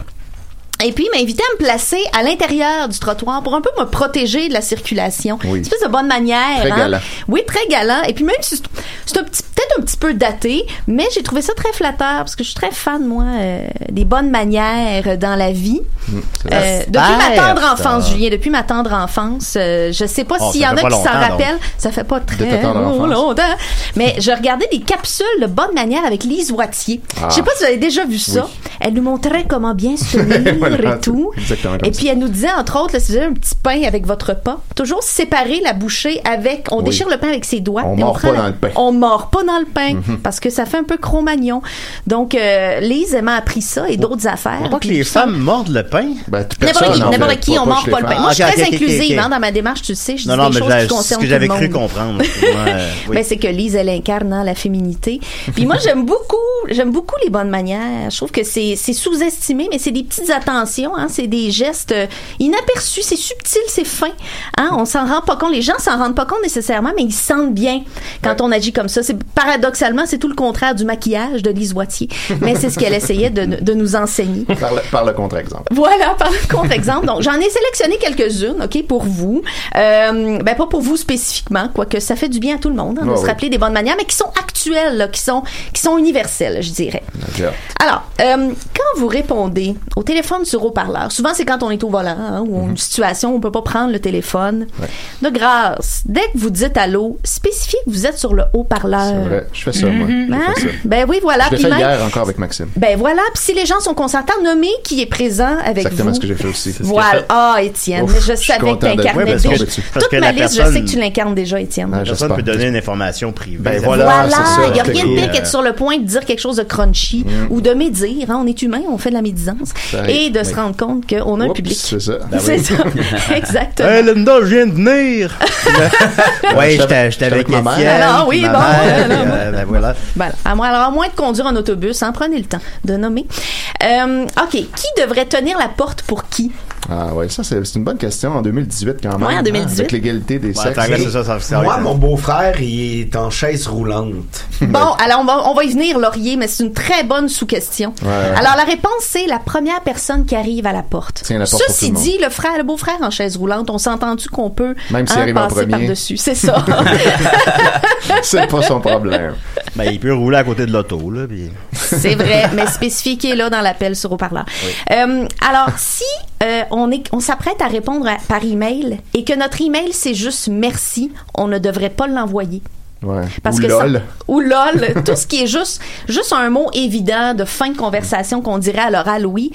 Et puis, il m'a invité à me placer à l'intérieur du trottoir pour un peu me protéger de la circulation.
Oui.
Une espèce de bonne manière.
Très
hein.
galant.
Oui, très galant. Et puis, même si c'est- c'est un petit- peut-être un petit peu daté, mais j'ai trouvé ça très flatteur parce que je suis très fan, moi, euh, des bonnes manières dans la vie.
Mm, c'est
Euh,
vrai.
depuis ma tendre
Ça.
enfance, Julien, depuis ma tendre enfance, euh, je sais pas
Oh,
s'il y
ça
en
fait
a
pas
qui s'en
longtemps, donc.
rappellent, ça fait pas
De ta
très
tendre
long-
enfance.
longtemps, hein. mais je regardais des capsules de bonne manière avec Lise Wattier.
Ah.
Je sais pas si vous avez déjà vu ça. Elle nous montrait comment bien se tenir
Voilà,
et tout.
c'est exactement comme
Et puis elle nous disait entre autres, là, si vous avez un petit pain avec votre pain, toujours séparer la bouchée avec, on
Oui.
déchire le pain avec ses doigts.
On
et
mord
prend
pas
la-
dans le pain.
On mord pas dans le pain
Mhm.
parce que ça fait un peu cro-magnon. Donc euh, Lise elle m'a appris ça et d'autres affaires.
Faut pas que les femmes mordent le pain.
Ben,
N'importe qui, n'importe qui, on mord pas le pain.
Ah,
Moi, je suis très inclusive hein, dans ma démarche, tu le sais. Je dis
Non, non,
des
mais
choses
j'ai-
qui
c'est ce
concernent
que
tout le
j'avais cru
monde.
comprendre. Moi, euh, oui.
Ben, c'est que Lise, elle incarne hein, la féminité. Puis moi, j'aime beaucoup, j'aime beaucoup les bonnes manières. Je trouve que c'est, c'est sous-estimé, mais c'est des petites attentions, hein, c'est des gestes euh, inaperçus, c'est subtil, c'est fin. Hein, on s'en rend pas compte. Les gens s'en rendent pas compte nécessairement, mais ils se sentent bien quand on agit comme ça. C'est paradoxalement, c'est tout le contraire du maquillage de Lise Wattier. Mais c'est ce qu'elle essayait de, de nous enseigner.
Par le, par le contre-exemple.
Voilà, par contre-exemple. Donc, j'en ai sélectionné quelques-unes, OK, pour vous. Euh, ben, pas pour vous spécifiquement, quoique ça fait du bien à tout le monde hein, de
Ouais,
se
ouais.
rappeler des bonnes manières, mais qui sont actuelles, là, qui, sont, qui sont universelles, je dirais.
J'ai-
Alors, euh, quand vous répondez au téléphone sur haut-parleur, souvent c'est quand on est au volant hein, ou
Mhm.
une situation où on peut pas prendre le téléphone, de grâce, dès que vous dites allô, spécifiez que vous êtes sur le
C'est
haut-parleur.
vrai. Je fais ça, moi.
Hein?
Je fais ça.
Ben oui, voilà.
Je
Euh,
l'ai
Puis
fait
même-
hier encore avec Maxime.
ben voilà, puis si les gens sont consentants, nommez qui est présent avec
Exactement
vous.
ce que j'ai fait aussi. C'est ce que j'ai
Voilà.
fait.
Ah, Étienne,
Ouf,
je
je suis
savais que
content de-
t'incarnais
Ouais, ben, parce
déjà.
que- parce
Toute
que
ma
la
liste, je sais
personne-
que tu l'incarnes déjà, Étienne.
La personne peut donner une information privée.
Ah, Ben
Ça-
voilà, c'est ça,
il n'y a
je te
rien de
dis,
pire
euh,
qu'être sur le point de dire quelque chose de crunchy ou de médire. hein. On est humain, on fait de la médisance.
Ça
Et
arrive,
de se
oui.
rendre compte qu'on a un
Oups,
public.
C'est ça. Ben
Ben
C'est ça. Exactement.
Hey, Linda, je viens de venir. ouais, j'étais j'étais avec
ma
ma
mère.
mère.
Alors, Ah oui, bon, alors,
ben voilà.
Voilà. À moins, alors, à moins de conduire en autobus, hein, prenez le temps de nommer. Euh, OK. Qui devrait tenir la porte pour qui?
Ah ouais, ça c'est c'est une bonne question en 2018 quand même.
Ouais, en
hein,
2018.
avec l'égalité des sexes.
attends, là, c'est ça, ça- ça-
Moi, mon beau-frère, il est en chaise roulante.
Bon, alors on va, on va y venir, Laurier, mais c'est une très bonne sous-question.
Ouais, ouais.
Alors la réponse, c'est la première personne qui arrive à la porte.
Tiens, la porte pour
Ceci
tout le monde.
dit, le frère, le beau-frère en chaise roulante, on s'est entendu qu'on peut
Même s'il
hein,
arrive en
passer
premier.
par-dessus. C'est ça.
c'est pas son problème.
Ben, il peut rouler à côté de l'auto, là, puis...
C'est vrai, mais spécifiquez là dans l'appel sur haut-parleur. Euh, alors, si euh, on est, on s'apprête à répondre à- par email et que notre email c'est juste merci, on ne devrait pas l'envoyer.
Ouais.
Parce
Ou
que ça-
lol.
ou lol, tout ce qui est juste, juste un mot évident de fin de conversation qu'on dirait à l'oral, oui.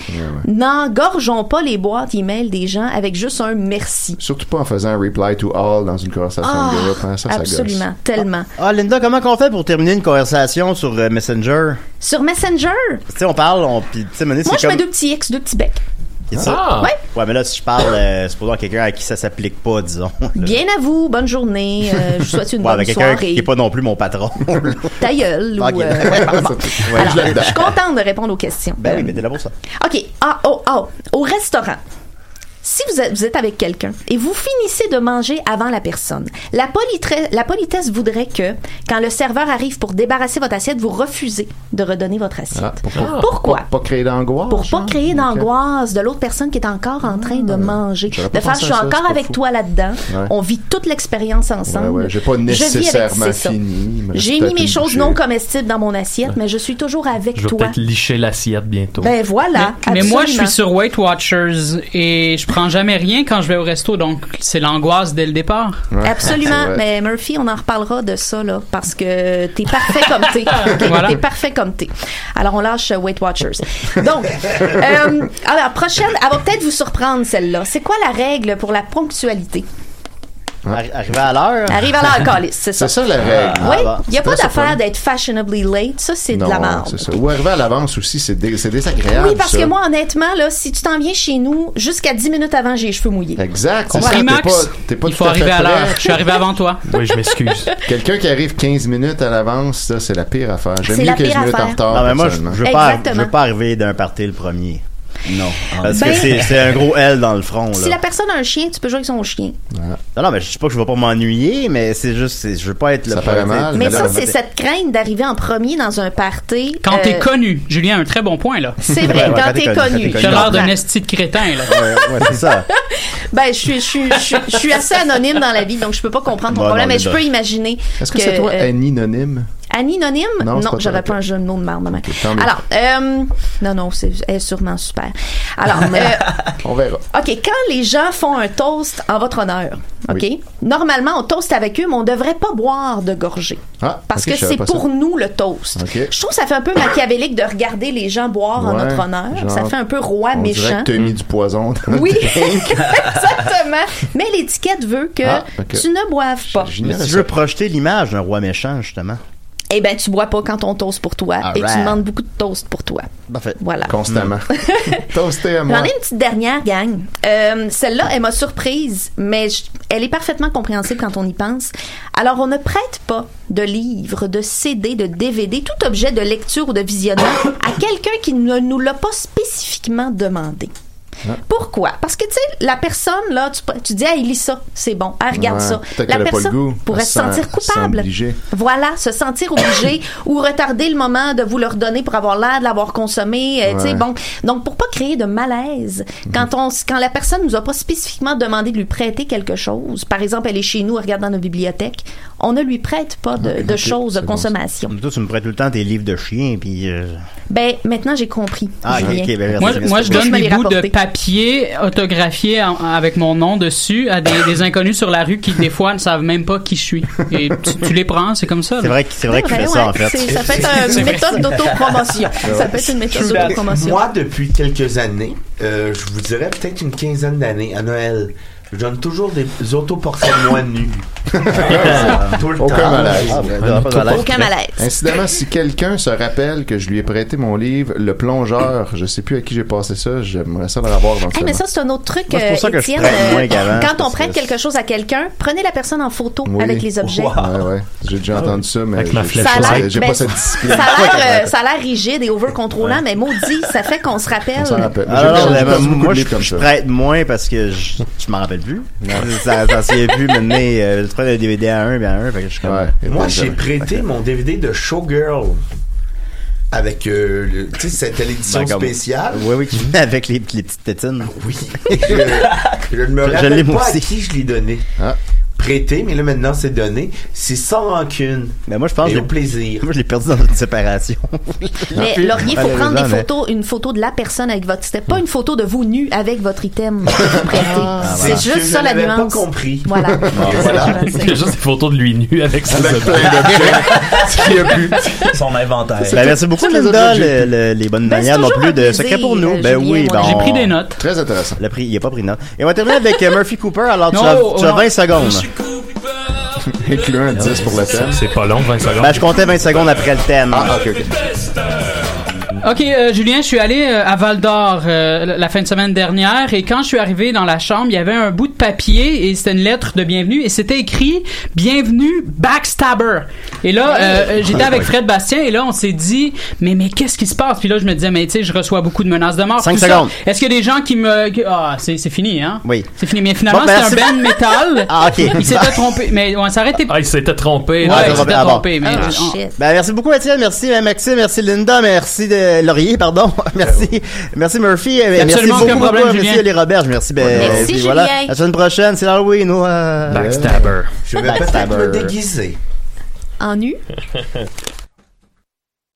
N'engorgeons pas les boîtes email des gens avec juste un merci.
Surtout pas en faisant un reply to all dans une conversation
Ah,
de groupe. hein. Ça, ça gosse.
Absolument, tellement.
Ah, Linda, comment qu'on fait pour terminer une conversation sur euh, Messenger?
Sur Messenger,
Tu sais, on parle, on, puis tu sais, à un moment donné,
moi
c'est
je
comme...
mets deux petits X, deux petits becs.
C'est ça?
Ah. Ouais.
mais là, si je parle, euh, supposons à quelqu'un à qui ça s'applique pas, disons.
Bien à vous, bonne journée, euh, je vous souhaite une
Euh. Ouais,
bonne
mais quelqu'un
soirée. Ben.
qui n'est pas non plus mon patron. là.
Ta gueule, ou,
Ok.
euh,
Ouais,
Alors,
je l'ai
je
dedans.
suis contente de répondre aux questions.
Ben oui, mais t'es là pour ça.
OK. Ah, oh, oh. Au restaurant. Si vous êtes, vous êtes avec quelqu'un et vous finissez de manger avant la personne, la, politre- la politesse voudrait que, quand le serveur arrive pour débarrasser votre assiette, vous refusez de redonner votre assiette.
Ah, pour pas,
Pourquoi?
Pour pas créer d'angoisse. hein.
Pour pas créer d'angoisse de l'autre personne qui est encore en train de manger.
j'aurais
De
pas
faire,
pensé
je suis
à ça, c'est
encore
pas
avec
fou.
toi là-dedans.
Ouais.
On vit toute l'expérience ensemble.
Ouais, ouais, j'ai pas
Je vis avec-
nécessairement
c'est ça.
fini, il me reste
J'ai mis
peut-être
mes
une
choses
bouchée.
non comestibles dans mon assiette, mais je suis toujours avec
Je vais
toi.
peut-être licher l'assiette bientôt.
Ben voilà.
Mais moi, je suis
absolument.
sur Weight Watchers et je prends jamais rien quand je vais au resto, donc c'est l'angoisse dès le départ.
Absolument, mais Murphy, on en reparlera de ça là, parce que t'es parfait comme t'es. Ok,
Voilà.
T'es parfait comme t'es. Alors on lâche euh, Weight Watchers. Donc, euh, alors prochaine, elle va peut-être vous surprendre celle-là. C'est quoi la règle pour la ponctualité
Arri- Arrivé à l'heure.
Arrive à l'heure, calice, c'est ça.
C'est ça, la règle.
Oui,
Ah, bah,
il n'y a
c'est
pas
très surprenant.
d'affaire d'être fashionably late. Ça, c'est de
Non,
la merde.
c'est ça. Ou arriver à l'avance aussi, c'est dé- c'est désagréable.
Oui, parce
ça.
que moi, honnêtement, là, si tu t'en viens chez nous, jusqu'à 10 minutes avant, j'ai les cheveux mouillés.
Exact, c'est
Voilà.
ça. T'es
Max,
pas, t'es pas
Il
tout
faut
à fait
arriver à
prêt.
l'heure. Je suis arrivé avant toi.
Oui, je m'excuse.
Quelqu'un qui arrive 15 minutes à l'avance, ça, c'est la pire affaire. J'aime
C'est
mieux
la
15
pire
minutes en
affaire.
retard.
Non, mais moi, je
personnellement.
je veux pas, je
Exactement.
veux pas arriver d'un party le premier. Non. Parce
Ben-
que c'est- c'est un gros L dans le front,
Si
là.
la personne a un chien, tu peux jouer avec son chien.
Non, non, mais je dis pas que je vais pas m'ennuyer, mais c'est juste, c'est- je veux pas être le
Ça paraît
premier.
mal,
Mais ça, c'est cette crainte d'arriver en premier dans un party.
Quand
euh,
t'es connu, Julien, un très bon point là.
C'est vrai,
Ouais, ouais,
quand
quand
t'es
t'es
connu.
connu,
T'as
connu.
l'air d'un esti de crétin là.
Ouais, ouais, c'est ça.
Ben, je suis, je suis, je suis, je suis assez anonyme dans la vie, donc je peux pas comprendre ton
Bon,
problème,
non,
mais je
Linda.
peux imaginer.
Est-ce que, c'est toi,
euh,
Annie Anonyme?
Anonyme?
Non,
Non,
c'est pas
j'aurais
correct.
pas un jeu de nom de marde demain.
tant mieux.
Alors, euh, non, non, c'est elle est sûrement super. Alors, euh,
On verra.
OK, quand les gens font un toast en votre honneur, OK?
Oui.
Normalement, on toast avec eux, mais on devrait pas boire de gorgée.
Ah,
Parce
ok, je
que
savais
c'est
pas
pour
ça.
nous le toast.
Ok.
Je trouve que ça fait un peu machiavélique de regarder les gens boire en
Ouais,
notre honneur.
genre,
ça fait un peu roi
On dirait
méchant.
que t'as mis du poison dans
Oui,
le drink.
exactement. Mais l'étiquette veut que
Ah, ok.
tu ne boives pas.
Mais
J'ignorais
si je
ça.
veux projeter l'image d'un roi méchant, justement.
Eh bien, tu bois pas quand on toast pour toi et tu
Alright.
demandes beaucoup de toast pour toi.
Parfait.
Voilà.
Constamment. Toasté à
J'en
moi.
ai une petite dernière, gang. Euh, Celle-là, elle m'a surprise, mais je- elle est parfaitement compréhensible quand on y pense. Alors, on ne prête pas de livres, de CD, de DVD, tout objet de lecture ou de visionnement à quelqu'un qui ne nous l'a pas spécifiquement demandé.
Ah.
Pourquoi? Parce que, tu sais, la personne, là, tu, tu dis, ah, il lit ça, c'est bon, ah, regarde
Ouais,
ça.
peut-être
La
qu'elle a pas le
personne
goût,
pourrait
elle
se
se sent-
sentir
elle se sent
coupable.
obligée.
Voilà, se sentir obligé ou retarder le moment de vous le redonner pour avoir l'air de l'avoir consommé. euh, tu sais,
Ouais.
bon. Donc, pour pas créer de malaise,
Mhm.
quand, on, s- quand la personne nous a pas spécifiquement demandé de lui prêter quelque chose, par exemple, elle est chez nous, elle regarde dans nos bibliothèques, on ne lui prête pas
Ah,
de, de choses de
c'est bon, ça.
consommation.
Toi, tu me prêtes tout le temps tes livres de chien, puis. euh,
Ben, maintenant, j'ai compris.
Ah, ok,
Julien.
ok, ben, merci,
Moi,
merci.
moi, je
Moi, je
donne
vais
des
les
bouts de
rapporter.
papier autographiés en- avec mon nom dessus à des, des inconnus sur la rue qui, des fois, ne savent même pas qui je suis. Et tu, tu les prends, c'est comme ça.
C'est
là.
vrai, que- c'est vrai qu'il fait ça, en
ouais.
fait.
C'est- Ça peut être une méthode d'autopromotion. Ça peut être une méthode d'autopromotion.
Moi, depuis quelques années, euh, je vous dirais peut-être une quinzaine d'années, à Noël, je donne toujours des autoportraits de moi nus. Tout le
Aucun
temps.
malaise.
Ah, ben, t'auras pas de malaise.
Aucun malaise.
Incidemment, si quelqu'un se rappelle que je lui ai prêté mon livre Le plongeur, je sais plus à qui j'ai passé ça, j'aimerais ça le revoir
Hey,
éventuellement.
Eh, mais ça, c'est un autre truc, euh,
Moi, c'est pour ça que je
Étienne.
prête moins qu'avant,
quand on
parce que
prête
c'est-
quelque chose à quelqu'un, prenez la personne en photo
Oui.
avec les objets.
Ouais, ouais. J'ai déjà entendu ça, mais
Ah Avec ma
j'ai-
flèche.
Ça a l'air-
j'ai- j'ai
ben,
pas cette discipline.
Ça a l'air, euh, ça a l'air rigide et overcontrôlant, mais maudit, ça fait qu'on se rappelle.
On s'en rappelle. Moi, j'ai
Alors,
perdu-
là,
j'ai perdu beaucoup
ben, moi,
de
je,
livres comme
je
ça.
prête moins parce que je, je m'en rappelle plus. ça ça s'y est plus maintenant. Euh, tu prêtes un DVD à un, puis à un, fait que je suis comme.
Ouais. Et
Moi,
donc,
j'ai
j'avais-
prêté mon DVD de Showgirl. Avec, euh, le- tu sais, c'était l'édition
Ben, comme-
spéciale.
Oui, oui, qui venait avec les, les petites tétines.
Oui. je, je ne me
Je
rappelle
l'ai,
pas
moi
à
aussi.
qui je l'ai donné.
Ah.
prêté, mais là maintenant c'est donné. C'est sans rancune.
Mais moi je pense
et
que
au plaisir.
Moi je l'ai perdu dans une séparation. Ben,
Mais Laurier, il faut prendre des
Malheureusement, mais-
photos, une photo de la personne avec votre. C'était pas une photo de vous nu avec votre item prêté.
Ah,
c'est
voilà.
juste
Je
ça la
n'avais pas
nuance.
compris.
Voilà.
voilà.
Il y a juste des photos de lui nu avec ses
Son inventaire.
Ben, merci beaucoup,
C'est
Linda.
tout.
Le- le- les bonnes
Ben, c'est
manières non
toujours
plus
un
de
plaisir,
secret pour nous.
euh,
ben
Julien,
oui,
moi.
bon,
J'ai pris
Oh.
des notes.
Très intéressant.
Le prix, il n'a pas pris de notes. Et on va terminer avec euh, Murphy Cooper. Alors, tu,
Non,
as,
oh,
tu as
non.
20 secondes.
Incluant un 10 pour le thème.
C'est pas long, 20 secondes.
Ben, je comptais 20 secondes après le thème.
Ah, ok, ok.
Ok, euh, Julien, je suis allé euh, à Val d'Or euh, la fin de semaine dernière et quand je suis arrivé dans la chambre, il y avait un bout de papier et c'était une lettre de bienvenue et c'était écrit Bienvenue Backstabber. Et là, euh, euh, j'étais
Ah,
avec Fred Bastien et là, on s'est dit mais mais qu'est-ce qui se passe Puis là, je me disais mais tu sais, je reçois beaucoup de menaces de mort.
Cinq
tout ça.
secondes.
Est-ce qu'il y a des gens qui me qui- ah c'est c'est fini hein
Oui.
C'est fini. Mais finalement,
Bon, ben,
c'était un band metal.
Ah, ok.
Il s'était trompé. Mais on s'arrêtait.
Ah, il s'était trompé.
Ouais,
là.
Ah,
il s'était
ah, bon.
trompé. Mais
Ah,
on-
shit.
Ben, merci beaucoup, Étienne. Merci, euh, Maxime. Merci, Linda. Merci, de, Laurier, pardon.
Ben
merci, merci, Murphy. Euh, Merci
Absolument
beaucoup,
aucun problème,
beaucoup. Merci,
Julien.
les Robert. Merci, ben,
Merci,
et puis
Julien.
voilà. À la semaine prochaine, c'est euh, l'Halloween. ouais.
Backstabber.
Ben,
Je vais
Backstabber.
peut-être me déguiser.
En nu.